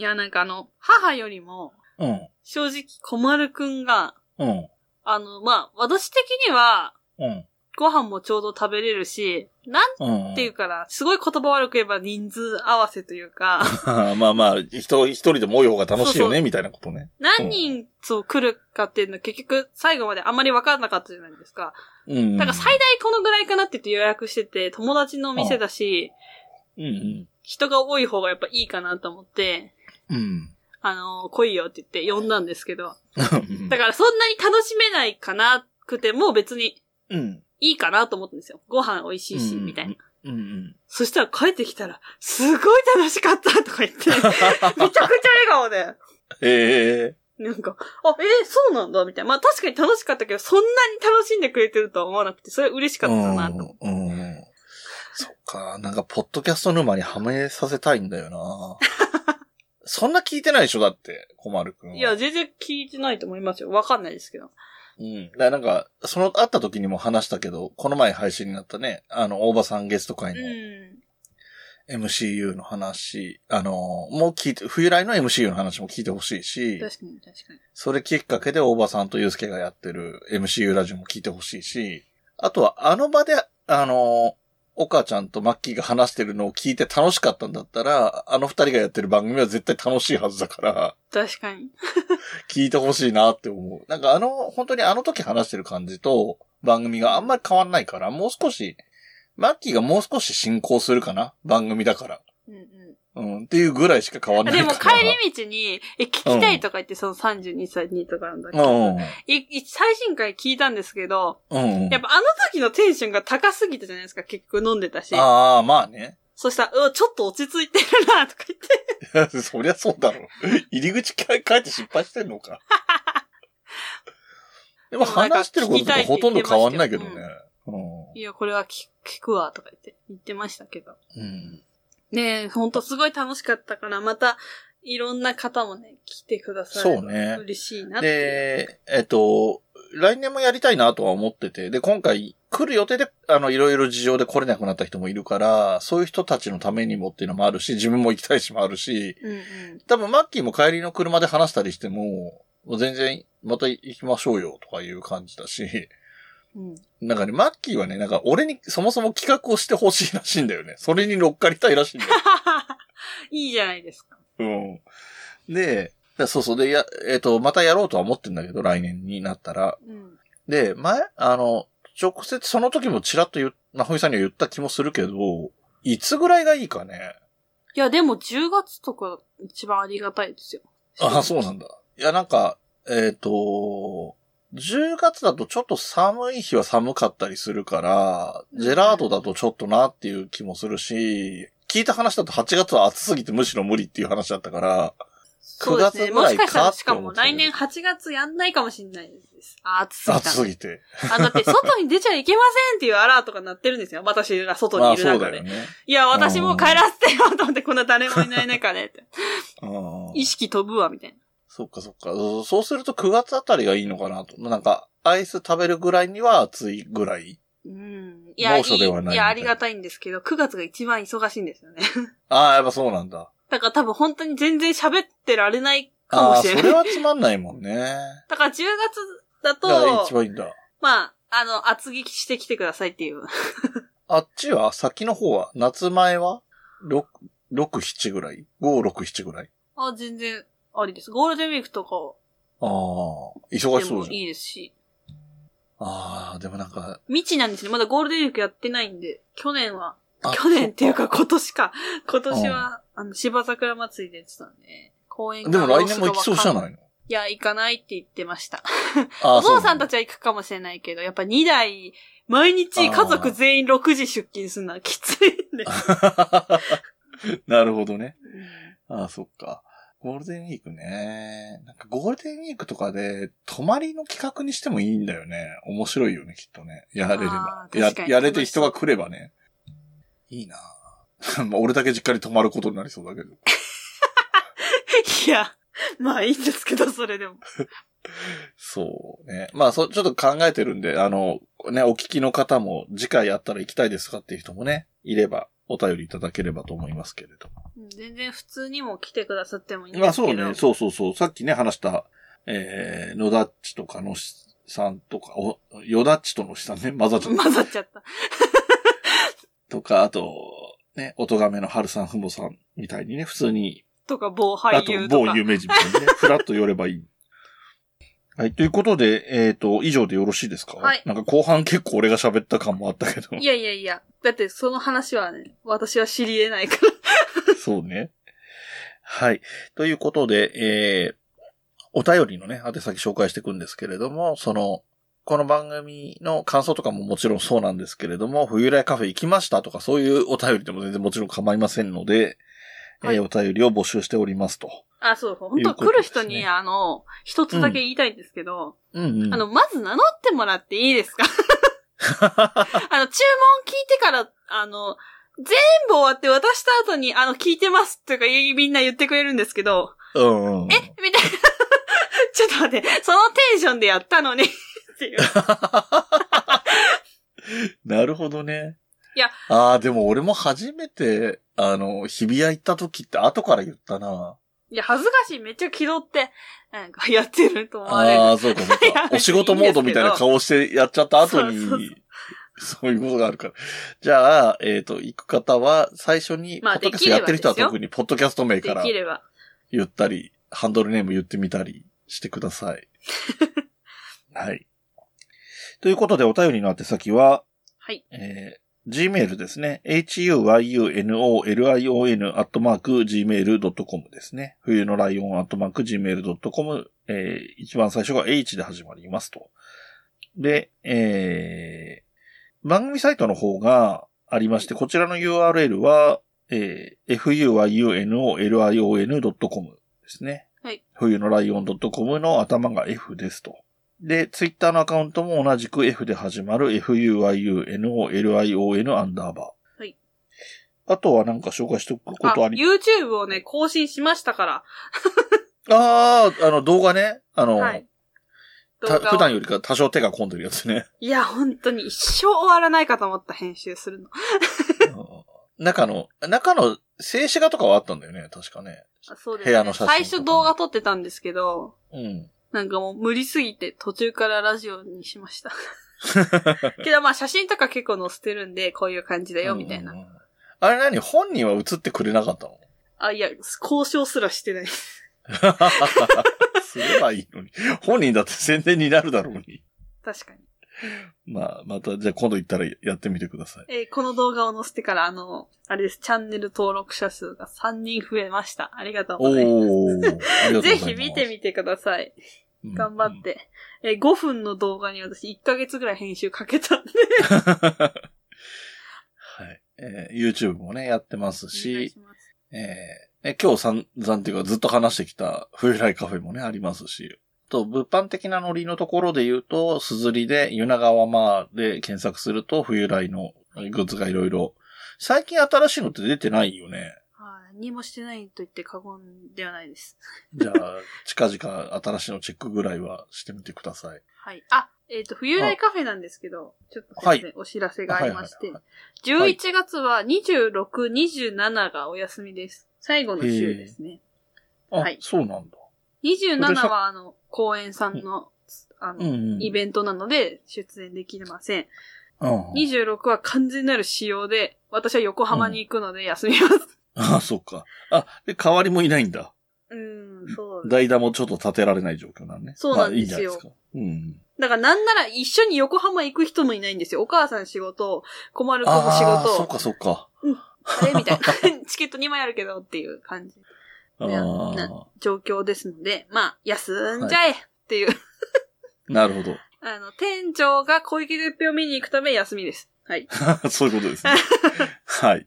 [SPEAKER 2] や、なんかあの、母よりも、
[SPEAKER 1] うん。
[SPEAKER 2] 正直、小丸くんが、
[SPEAKER 1] うん。
[SPEAKER 2] あの、まあ、私的には、
[SPEAKER 1] うん。
[SPEAKER 2] ご飯もちょうど食べれるし、なん
[SPEAKER 1] うん。
[SPEAKER 2] ていうかな、すごい言葉悪く言えば人数合わせという か、
[SPEAKER 1] まあまあ、人、一人でも多い方が楽しいよ
[SPEAKER 2] そう
[SPEAKER 1] ね、みたいなことね。
[SPEAKER 2] 何人そう来るかっていうのは結局最後まであんまり分からなかったじゃないですか。
[SPEAKER 1] うん。
[SPEAKER 2] だから最大このぐらいかなって言って予約してて、友達のお店だし、
[SPEAKER 1] うん
[SPEAKER 2] 人が多い方がやっぱいいかなと思って、
[SPEAKER 1] うん。うん。
[SPEAKER 2] あのー来いよって言って呼んだんですけど、
[SPEAKER 1] う ん
[SPEAKER 2] だからそんなに楽しめないかなくても別に
[SPEAKER 1] うん。
[SPEAKER 2] いいかなと思ったんですよ。ご飯美味しいし、
[SPEAKER 1] うん
[SPEAKER 2] みたいな。
[SPEAKER 1] うんうん。
[SPEAKER 2] そしたら帰ってきたら、すごい楽しかったとか言 って、めちゃくちゃ笑顔で。
[SPEAKER 1] ええ
[SPEAKER 2] なんか、あ、えーそうなんだ、みたいな。まあ確かに楽しかったけど、そんなに楽しんでくれてるとは思わなくて、それは嬉しかったな、と。
[SPEAKER 1] うんうん。そっか、なんか、ポッドキャスト沼にはめさせたいんだ よな。そんな聞いてないでしょだって、小丸くんは。
[SPEAKER 2] いや、全然聞いてないと思いますよ。わかんないですけど。
[SPEAKER 1] うん。だからなんか、その、会った時にも話したけど、この前配信になったね、あの、大場さんゲスト会
[SPEAKER 2] う
[SPEAKER 1] の
[SPEAKER 2] ん。
[SPEAKER 1] MCU の話、あの、もう聞いて、冬来の MCU の話も聞いてほしいし、
[SPEAKER 2] 確かに、確かに。
[SPEAKER 1] それきっかけで大場さんとゆうすけがやってる MCU ラジオも聞いてほしいし、あとはあの場で、あの、岡ちゃんとマッキーが話してるのを聞いて楽しかったんだったら、あの二人がやってる番組は絶対楽しいはずだから、
[SPEAKER 2] 確かに。
[SPEAKER 1] 聞いてほしいなって思う。なんかあの、本当にあの時話してる感じと番組があんまり変わんないから、もう少し、マッキーがもう少し進行するかな番組だから。
[SPEAKER 2] うんう
[SPEAKER 1] うん、っていうぐらいしか変わん
[SPEAKER 2] ん。あ
[SPEAKER 1] ない
[SPEAKER 2] で
[SPEAKER 1] から。
[SPEAKER 2] も帰り道に、え、聞きたいとか言って、その32歳にとかなんだけ
[SPEAKER 1] う
[SPEAKER 2] ど、
[SPEAKER 1] ん
[SPEAKER 2] いい最新回聞いたんですけど、
[SPEAKER 1] うん。うん。
[SPEAKER 2] やっぱあの時のテンションが高すぎたじゃないですか、結局飲んでたし。
[SPEAKER 1] ああ、まあね。
[SPEAKER 2] そしたら、うんちょっと落ち着いてるな、とか言って。
[SPEAKER 1] そりゃそうだろ。入り口か帰って失敗してんの か。でも話してることとかほとんど変わんないけどね。
[SPEAKER 2] いや、これは聞聞くわ、とか言って、言ってましたけど。
[SPEAKER 1] うん。
[SPEAKER 2] ねえ、ほんとすごい楽しかったから、また、いろんな方もね、来てくださる
[SPEAKER 1] そうね
[SPEAKER 2] 嬉しいな
[SPEAKER 1] うん、
[SPEAKER 2] っていう。
[SPEAKER 1] で、えっと、来年もやりたいなとは思ってて、で、今回来る予定で、あの、いろいろ事情で来れなくなった人もいるから、そういう人たちのためにもっていうのもあるし、自分も行きたいしもあるし、
[SPEAKER 2] うんうん。
[SPEAKER 1] 多分マッキーも帰りの車で話したりしても、もう全然また行きましょうよとかいう感じだし、
[SPEAKER 2] うん、
[SPEAKER 1] なんかね、マッキーはね、なんか俺にそもそも企画をしてほしいらしいんだよね。 それに乗っかりたいらしいんだよ。
[SPEAKER 2] いいじゃないですか。
[SPEAKER 1] うん。で、だそうそう。で、や、えっ、と、またやろうとは思ってんだけど、来年になったら。
[SPEAKER 2] うん。
[SPEAKER 1] で、前、あの、直接その時もちらっと言う、まほいさんには言った気もするけど、いつぐらいがいいかね。
[SPEAKER 2] いや、でも10月とか一番ありがたいですよ。
[SPEAKER 1] あ、そうなんだ。いや、なんか、えっ、と、10月だとちょっと寒い日は寒かったりするから、ジェラートだとちょっとなっていう気もするし、聞いた話だと8月は暑すぎてむしろ無理っていう話だったから、
[SPEAKER 2] そうですね。
[SPEAKER 1] 9月ぐ
[SPEAKER 2] も
[SPEAKER 1] ら
[SPEAKER 2] し
[SPEAKER 1] い
[SPEAKER 2] か
[SPEAKER 1] か
[SPEAKER 2] したら、しか
[SPEAKER 1] って思
[SPEAKER 2] も
[SPEAKER 1] ってたけ
[SPEAKER 2] 来
[SPEAKER 1] ど
[SPEAKER 2] 年8月やんないかもしれないです。あ、暑すぎた。
[SPEAKER 1] 暑すぎて。
[SPEAKER 2] あ、だって外に出ちゃいけませんっていうアラートが鳴ってるんですよ。私が外
[SPEAKER 1] ま
[SPEAKER 2] にいる
[SPEAKER 1] あそう
[SPEAKER 2] 中
[SPEAKER 1] だよ
[SPEAKER 2] で。
[SPEAKER 1] ね。
[SPEAKER 2] いや、私もう帰らせてよと思って、こんな誰もいない中でって。
[SPEAKER 1] うん
[SPEAKER 2] 意識飛ぶわ、みたいな。
[SPEAKER 1] そっかそっか。そうそうすると9月あたりがいいのかなと。なんか、アイス食べるぐらいには暑いぐらい。
[SPEAKER 2] うん。いや、
[SPEAKER 1] 猛暑ではないみたいない
[SPEAKER 2] や、ありがたいんですけど、9月が一番忙しいんですよね。
[SPEAKER 1] ああ、やっぱそうなんだ。
[SPEAKER 2] だから多分本当に全然喋ってられないか
[SPEAKER 1] あ
[SPEAKER 2] も
[SPEAKER 1] あ、
[SPEAKER 2] し
[SPEAKER 1] そ
[SPEAKER 2] れ
[SPEAKER 1] れ
[SPEAKER 2] ない。
[SPEAKER 1] はつまんないもんね。
[SPEAKER 2] だから10月だ
[SPEAKER 1] だから一
[SPEAKER 2] と、
[SPEAKER 1] 番いいんだ。
[SPEAKER 2] まあ、あの、厚着してきてくださいっていう。
[SPEAKER 1] あっちは先の方は夏前は ?6、6、7ぐらい ?5、6、7ぐらい
[SPEAKER 2] あ、全然ありです。ゴールデンウィークとか
[SPEAKER 1] ああ、忙
[SPEAKER 2] で
[SPEAKER 1] しそ
[SPEAKER 2] も
[SPEAKER 1] うじゃん。
[SPEAKER 2] いいですし。
[SPEAKER 1] ああ、でもなんか、
[SPEAKER 2] 未知なんですね。まだゴールデンウィークやってないんで、去年は、
[SPEAKER 1] あ
[SPEAKER 2] 去年っていうか今年か。今年は、あの、芝桜祭りでやってたんで、公園
[SPEAKER 1] でも来年も行きそうじゃ
[SPEAKER 2] い
[SPEAKER 1] ないの
[SPEAKER 2] いや、行かないって言ってました。
[SPEAKER 1] あ
[SPEAKER 2] お
[SPEAKER 1] あそう
[SPEAKER 2] 父
[SPEAKER 1] な
[SPEAKER 2] さ
[SPEAKER 1] ん
[SPEAKER 2] ん
[SPEAKER 1] だ
[SPEAKER 2] たちは行くかもしれないけど、やっぱ2台、毎日家族全員6時出勤するのはきついんで。
[SPEAKER 1] なるほどね。ああ、そっか。ゴールデンウィークね。なんかゴールデンウィークとかで、泊まりの企画にしてもいいんだよね。面白いよね、きっとね。やれれば
[SPEAKER 2] あ。ー
[SPEAKER 1] や
[SPEAKER 2] 確か、に
[SPEAKER 1] やれて人が来ればね。いいなぁ まあ俺だけ実家に泊まることになりそうだけど。
[SPEAKER 2] いや、まあいいんですけど、それでも。
[SPEAKER 1] そうね。まあ、そ、ちょっと考えてるんで、あの、ね、お聞きの方も、次回やったら行きたいですかっていう人もね、いれば、お便りいただければと思いますけれど。
[SPEAKER 2] うん全然普通にも来てくださってもいいん
[SPEAKER 1] ま
[SPEAKER 2] で
[SPEAKER 1] あ
[SPEAKER 2] すけど。
[SPEAKER 1] そうね、そうそうそう。さっきね、話した、えー、野田っちとかのしさんとか、お、よだっちとのしさんね、混ざっちゃった。
[SPEAKER 2] 混ざっちゃった。
[SPEAKER 1] とか、あと、ね、おとがめの春さん、ふもさんみたいにね、普通に
[SPEAKER 2] とか、某
[SPEAKER 1] あ
[SPEAKER 2] 俳
[SPEAKER 1] と
[SPEAKER 2] 優、と
[SPEAKER 1] 某
[SPEAKER 2] か。
[SPEAKER 1] 有名人みたいにね、 ふらっと寄ればいい。はい。ということで、えっ、と、以上でよろしいですか
[SPEAKER 2] はい
[SPEAKER 1] なんか後半結構俺が喋った感もあったけど。
[SPEAKER 2] いやいやいや。だってその話はね、私は知り得ないから。
[SPEAKER 1] そうね。はい。ということで、えー、お便りのね、宛先紹介していくんですけれども、その、この番組の感想とかももちろんそうなんですけれども、冬来カフェ行きましたとかそういうお便りでも全然もちろん構いませんので、
[SPEAKER 2] は
[SPEAKER 1] え
[SPEAKER 2] い
[SPEAKER 1] ーお便りを募集しておりますと。
[SPEAKER 2] あ、そう、本
[SPEAKER 1] いう
[SPEAKER 2] 当
[SPEAKER 1] こと
[SPEAKER 2] 来
[SPEAKER 1] で
[SPEAKER 2] る
[SPEAKER 1] すね
[SPEAKER 2] 人に、あの、一つだけ言いたいんですけど、
[SPEAKER 1] うんうん。
[SPEAKER 2] あの、まず名乗ってもらっていいですか あの、注文聞いてから、あの、全部終わって渡した後に、あの、聞いてますとか言いみんな言ってくれるんですけど、
[SPEAKER 1] うんうん。
[SPEAKER 2] えみたいな。 ちょっと待って、そのテンションでやったのにって いう。
[SPEAKER 1] なるほどね。
[SPEAKER 2] いや。
[SPEAKER 1] ああ、でも俺も初めて、あの、日比谷行った時って後から言ったな。
[SPEAKER 2] いや、恥ずかしい。めっちゃ気取って、なんかやってると思われる。
[SPEAKER 1] ああー、そうか、そう
[SPEAKER 2] い や
[SPEAKER 1] か。お仕事モードみたいな顔してやっちゃった後に、
[SPEAKER 2] そう
[SPEAKER 1] そ
[SPEAKER 2] そうう
[SPEAKER 1] いうことがあるから。じゃあ、えっ、と、行く方は、最初に、ポ
[SPEAKER 2] ま
[SPEAKER 1] ッ
[SPEAKER 2] あ
[SPEAKER 1] ドキャストやってる人は
[SPEAKER 2] できればですよ
[SPEAKER 1] 特に、ポッドキャスト名
[SPEAKER 2] で
[SPEAKER 1] から
[SPEAKER 2] きれば。
[SPEAKER 1] 言ったり、ハンドルネーム言ってみたりしてくだ さい。はい。ということで、お便りの宛先は、
[SPEAKER 2] はい。
[SPEAKER 1] えー Gmail ですね。huyunolion アットマーク gmail.com ですね。冬のライオンアットマーク gmail.com。えー一番最初が h で始まりますと。で、えー番組サイトの方がありまして、こちらの URL は、えー fuyunolion.com ですね。
[SPEAKER 2] はい。
[SPEAKER 1] 冬のライオン .com の頭が F ですと。で、ツイッターのアカウントも同じく F で始まる FUIUNOLION アンダーバー。
[SPEAKER 2] はい。
[SPEAKER 1] あとはなんか紹介しておくこ
[SPEAKER 2] あ、
[SPEAKER 1] とあり、
[SPEAKER 2] YouTube をね、更新しましたから。
[SPEAKER 1] ああ、あの動画ね。あの、
[SPEAKER 2] はい。動
[SPEAKER 1] た
[SPEAKER 2] 画を
[SPEAKER 1] 普段よりか多少手が込んでるやつね。
[SPEAKER 2] いや、本当に一生終わらないかと思った編集するの。
[SPEAKER 1] うん中の、中の静止画とかはあったんだよね、確かね。
[SPEAKER 2] あそうです、
[SPEAKER 1] 部
[SPEAKER 2] ね。
[SPEAKER 1] 屋の写真とか
[SPEAKER 2] 最初動画撮ってたんですけど、
[SPEAKER 1] うん。
[SPEAKER 2] なんかもう無理すぎて途中からラジオにしま した。けどまあ写真とか結構載せてるんで、こういう感じだよ、みたいな。
[SPEAKER 1] うんうんうん。あれ何本人は映ってくれなかったの
[SPEAKER 2] あ、いや、交渉すらしてない。
[SPEAKER 1] すればいいのに。本人だって宣伝になるだろうに。
[SPEAKER 2] 確かに。
[SPEAKER 1] まあ、また、じゃあ今度行ったらやってみてください。
[SPEAKER 2] えーこの動画を載せてから、あの、あれです、チャンネル登録者数が3人増えました。ありがとうございま
[SPEAKER 1] おー。ありがとうございます
[SPEAKER 2] す。ぜひ見てみてください。頑張っ。て。えー、5分の動画に私1ヶ月ぐらい編集かけたんで。
[SPEAKER 1] うんうん はい。えー YouTube もね、やってます
[SPEAKER 2] お願い
[SPEAKER 1] し、
[SPEAKER 2] します
[SPEAKER 1] えーね今日散々っていうかずっと話してきた冬来カフェもね、ありますし、あと、物販的なノリのところで言うと、すずりで、湯永川まあで検索すると、冬来のグッズがいろいろ。最近新しいのって出てないよね。
[SPEAKER 2] はい、何もしてないと言って過言ではないです。
[SPEAKER 1] じゃあ、近々新しいのチェックぐらいはしてみてください。
[SPEAKER 2] はい。あ、えっ、と、冬来カフェなんですけど、ちょっとすいません
[SPEAKER 1] は
[SPEAKER 2] お知らせがありまして、
[SPEAKER 1] はいは
[SPEAKER 2] 11月は26、27がお休みです。最後の週ですね。
[SPEAKER 1] あ、
[SPEAKER 2] はい
[SPEAKER 1] そうなんだ。で
[SPEAKER 2] 27
[SPEAKER 1] さ
[SPEAKER 2] は、あの、公演さんの、あの、
[SPEAKER 1] うんうん。
[SPEAKER 2] イベントなので出演できません。
[SPEAKER 1] うんうん
[SPEAKER 2] 26は完全なる仕様で、私は横浜に行くので休み ます。
[SPEAKER 1] ああ、そっか。あ、で、代わりもいないんだ。
[SPEAKER 2] うん、そうです。
[SPEAKER 1] 代打もちょっと立てられない状況なんね。
[SPEAKER 2] そうなんですよ
[SPEAKER 1] まあいいんじゃないですか。うん。
[SPEAKER 2] だからなんなら一緒に横浜行く人もいないんですよ。お母さん仕事、小丸子も仕
[SPEAKER 1] ああ、そっ
[SPEAKER 2] 事、
[SPEAKER 1] かそっか。
[SPEAKER 2] あれみたいな。チケット2枚あるけどっていう感じ、
[SPEAKER 1] あ
[SPEAKER 2] いや
[SPEAKER 1] あ、
[SPEAKER 2] 状況ですので、まあ、休んじゃえっていう、
[SPEAKER 1] なるほど
[SPEAKER 2] あの、店長が小池絶平を見に行くため休みです。 はい。。
[SPEAKER 1] そういうこ とですね。はい。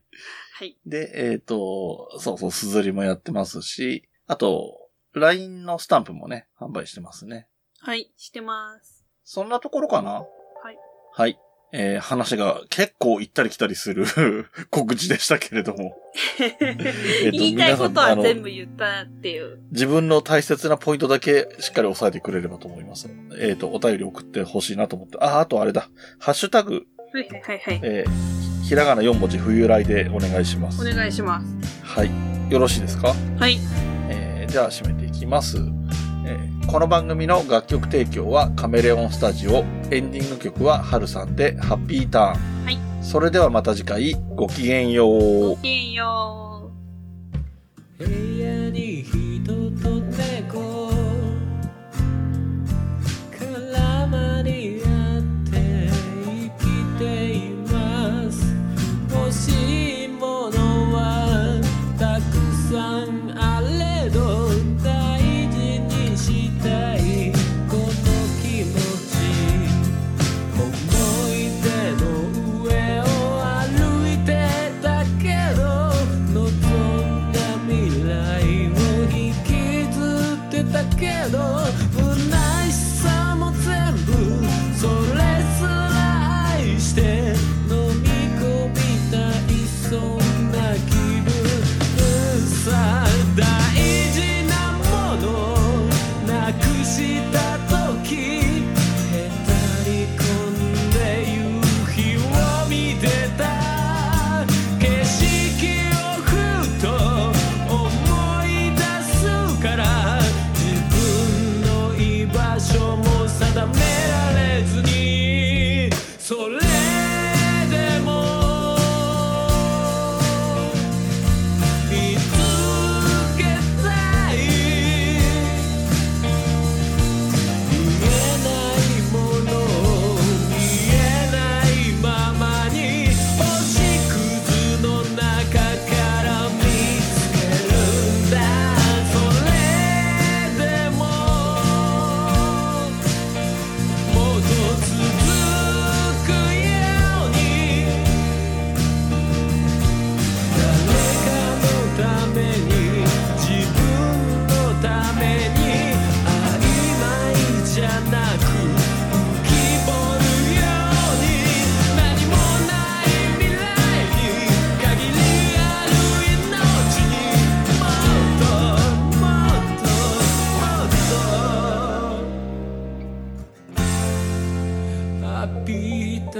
[SPEAKER 2] はい。
[SPEAKER 1] で、えっ、と、そうそう、すずりもやってますし、あと、LINE のスタンプもね、販売してますね。
[SPEAKER 2] はい、してます。。
[SPEAKER 1] そんなところかなはいはい。えー話が結構行ったり来たりする 告知でしたけれど も。えっと
[SPEAKER 2] 言いたいこと
[SPEAKER 1] 皆さんあ
[SPEAKER 2] は
[SPEAKER 1] の
[SPEAKER 2] 全部言ったっていう。
[SPEAKER 1] 自分の大切なポイントだけしっかり押さえてくれればと思います。えっ、と、お便り送ってほしいなと思って。あ、あとあれだ。ハッシュタグ、
[SPEAKER 2] はいはいはいはい。
[SPEAKER 1] えーひひらがな4文字冬来でお願いしま
[SPEAKER 2] お
[SPEAKER 1] す。
[SPEAKER 2] 願いします。
[SPEAKER 1] はい。よろしいですか
[SPEAKER 2] はい。
[SPEAKER 1] えーじゃあ締めていきます。えーこの番組の楽曲提供はカメレオンスタジオ、エンディング曲はハルさんでハッピーターン。
[SPEAKER 2] はい
[SPEAKER 1] それではまた次回、ごきげんよう
[SPEAKER 2] ご。きげんよう。
[SPEAKER 3] 部屋に人と猫絡まり合って生きています欲しいものはたくさんあれど大事にしたいこの気持ち「思い出の上を歩いてたけど」「望んだ未来を引きずってたけど」「不悔しさも全部それすら愛して」「飲み込みたいそんな気分さ」「大事なものなくした時へたり込んで夕日を見てた景色をふと思い出すから自分の居場所も定められずにそれでも「見つけたい」「見えないもの見えないままに星屑の中から見つけるんだ」「それでももっと続くように」誰かのために自分のために曖昧じゃなく浮き彫るように何もない未来に限りある命にもっともっともっと浴びた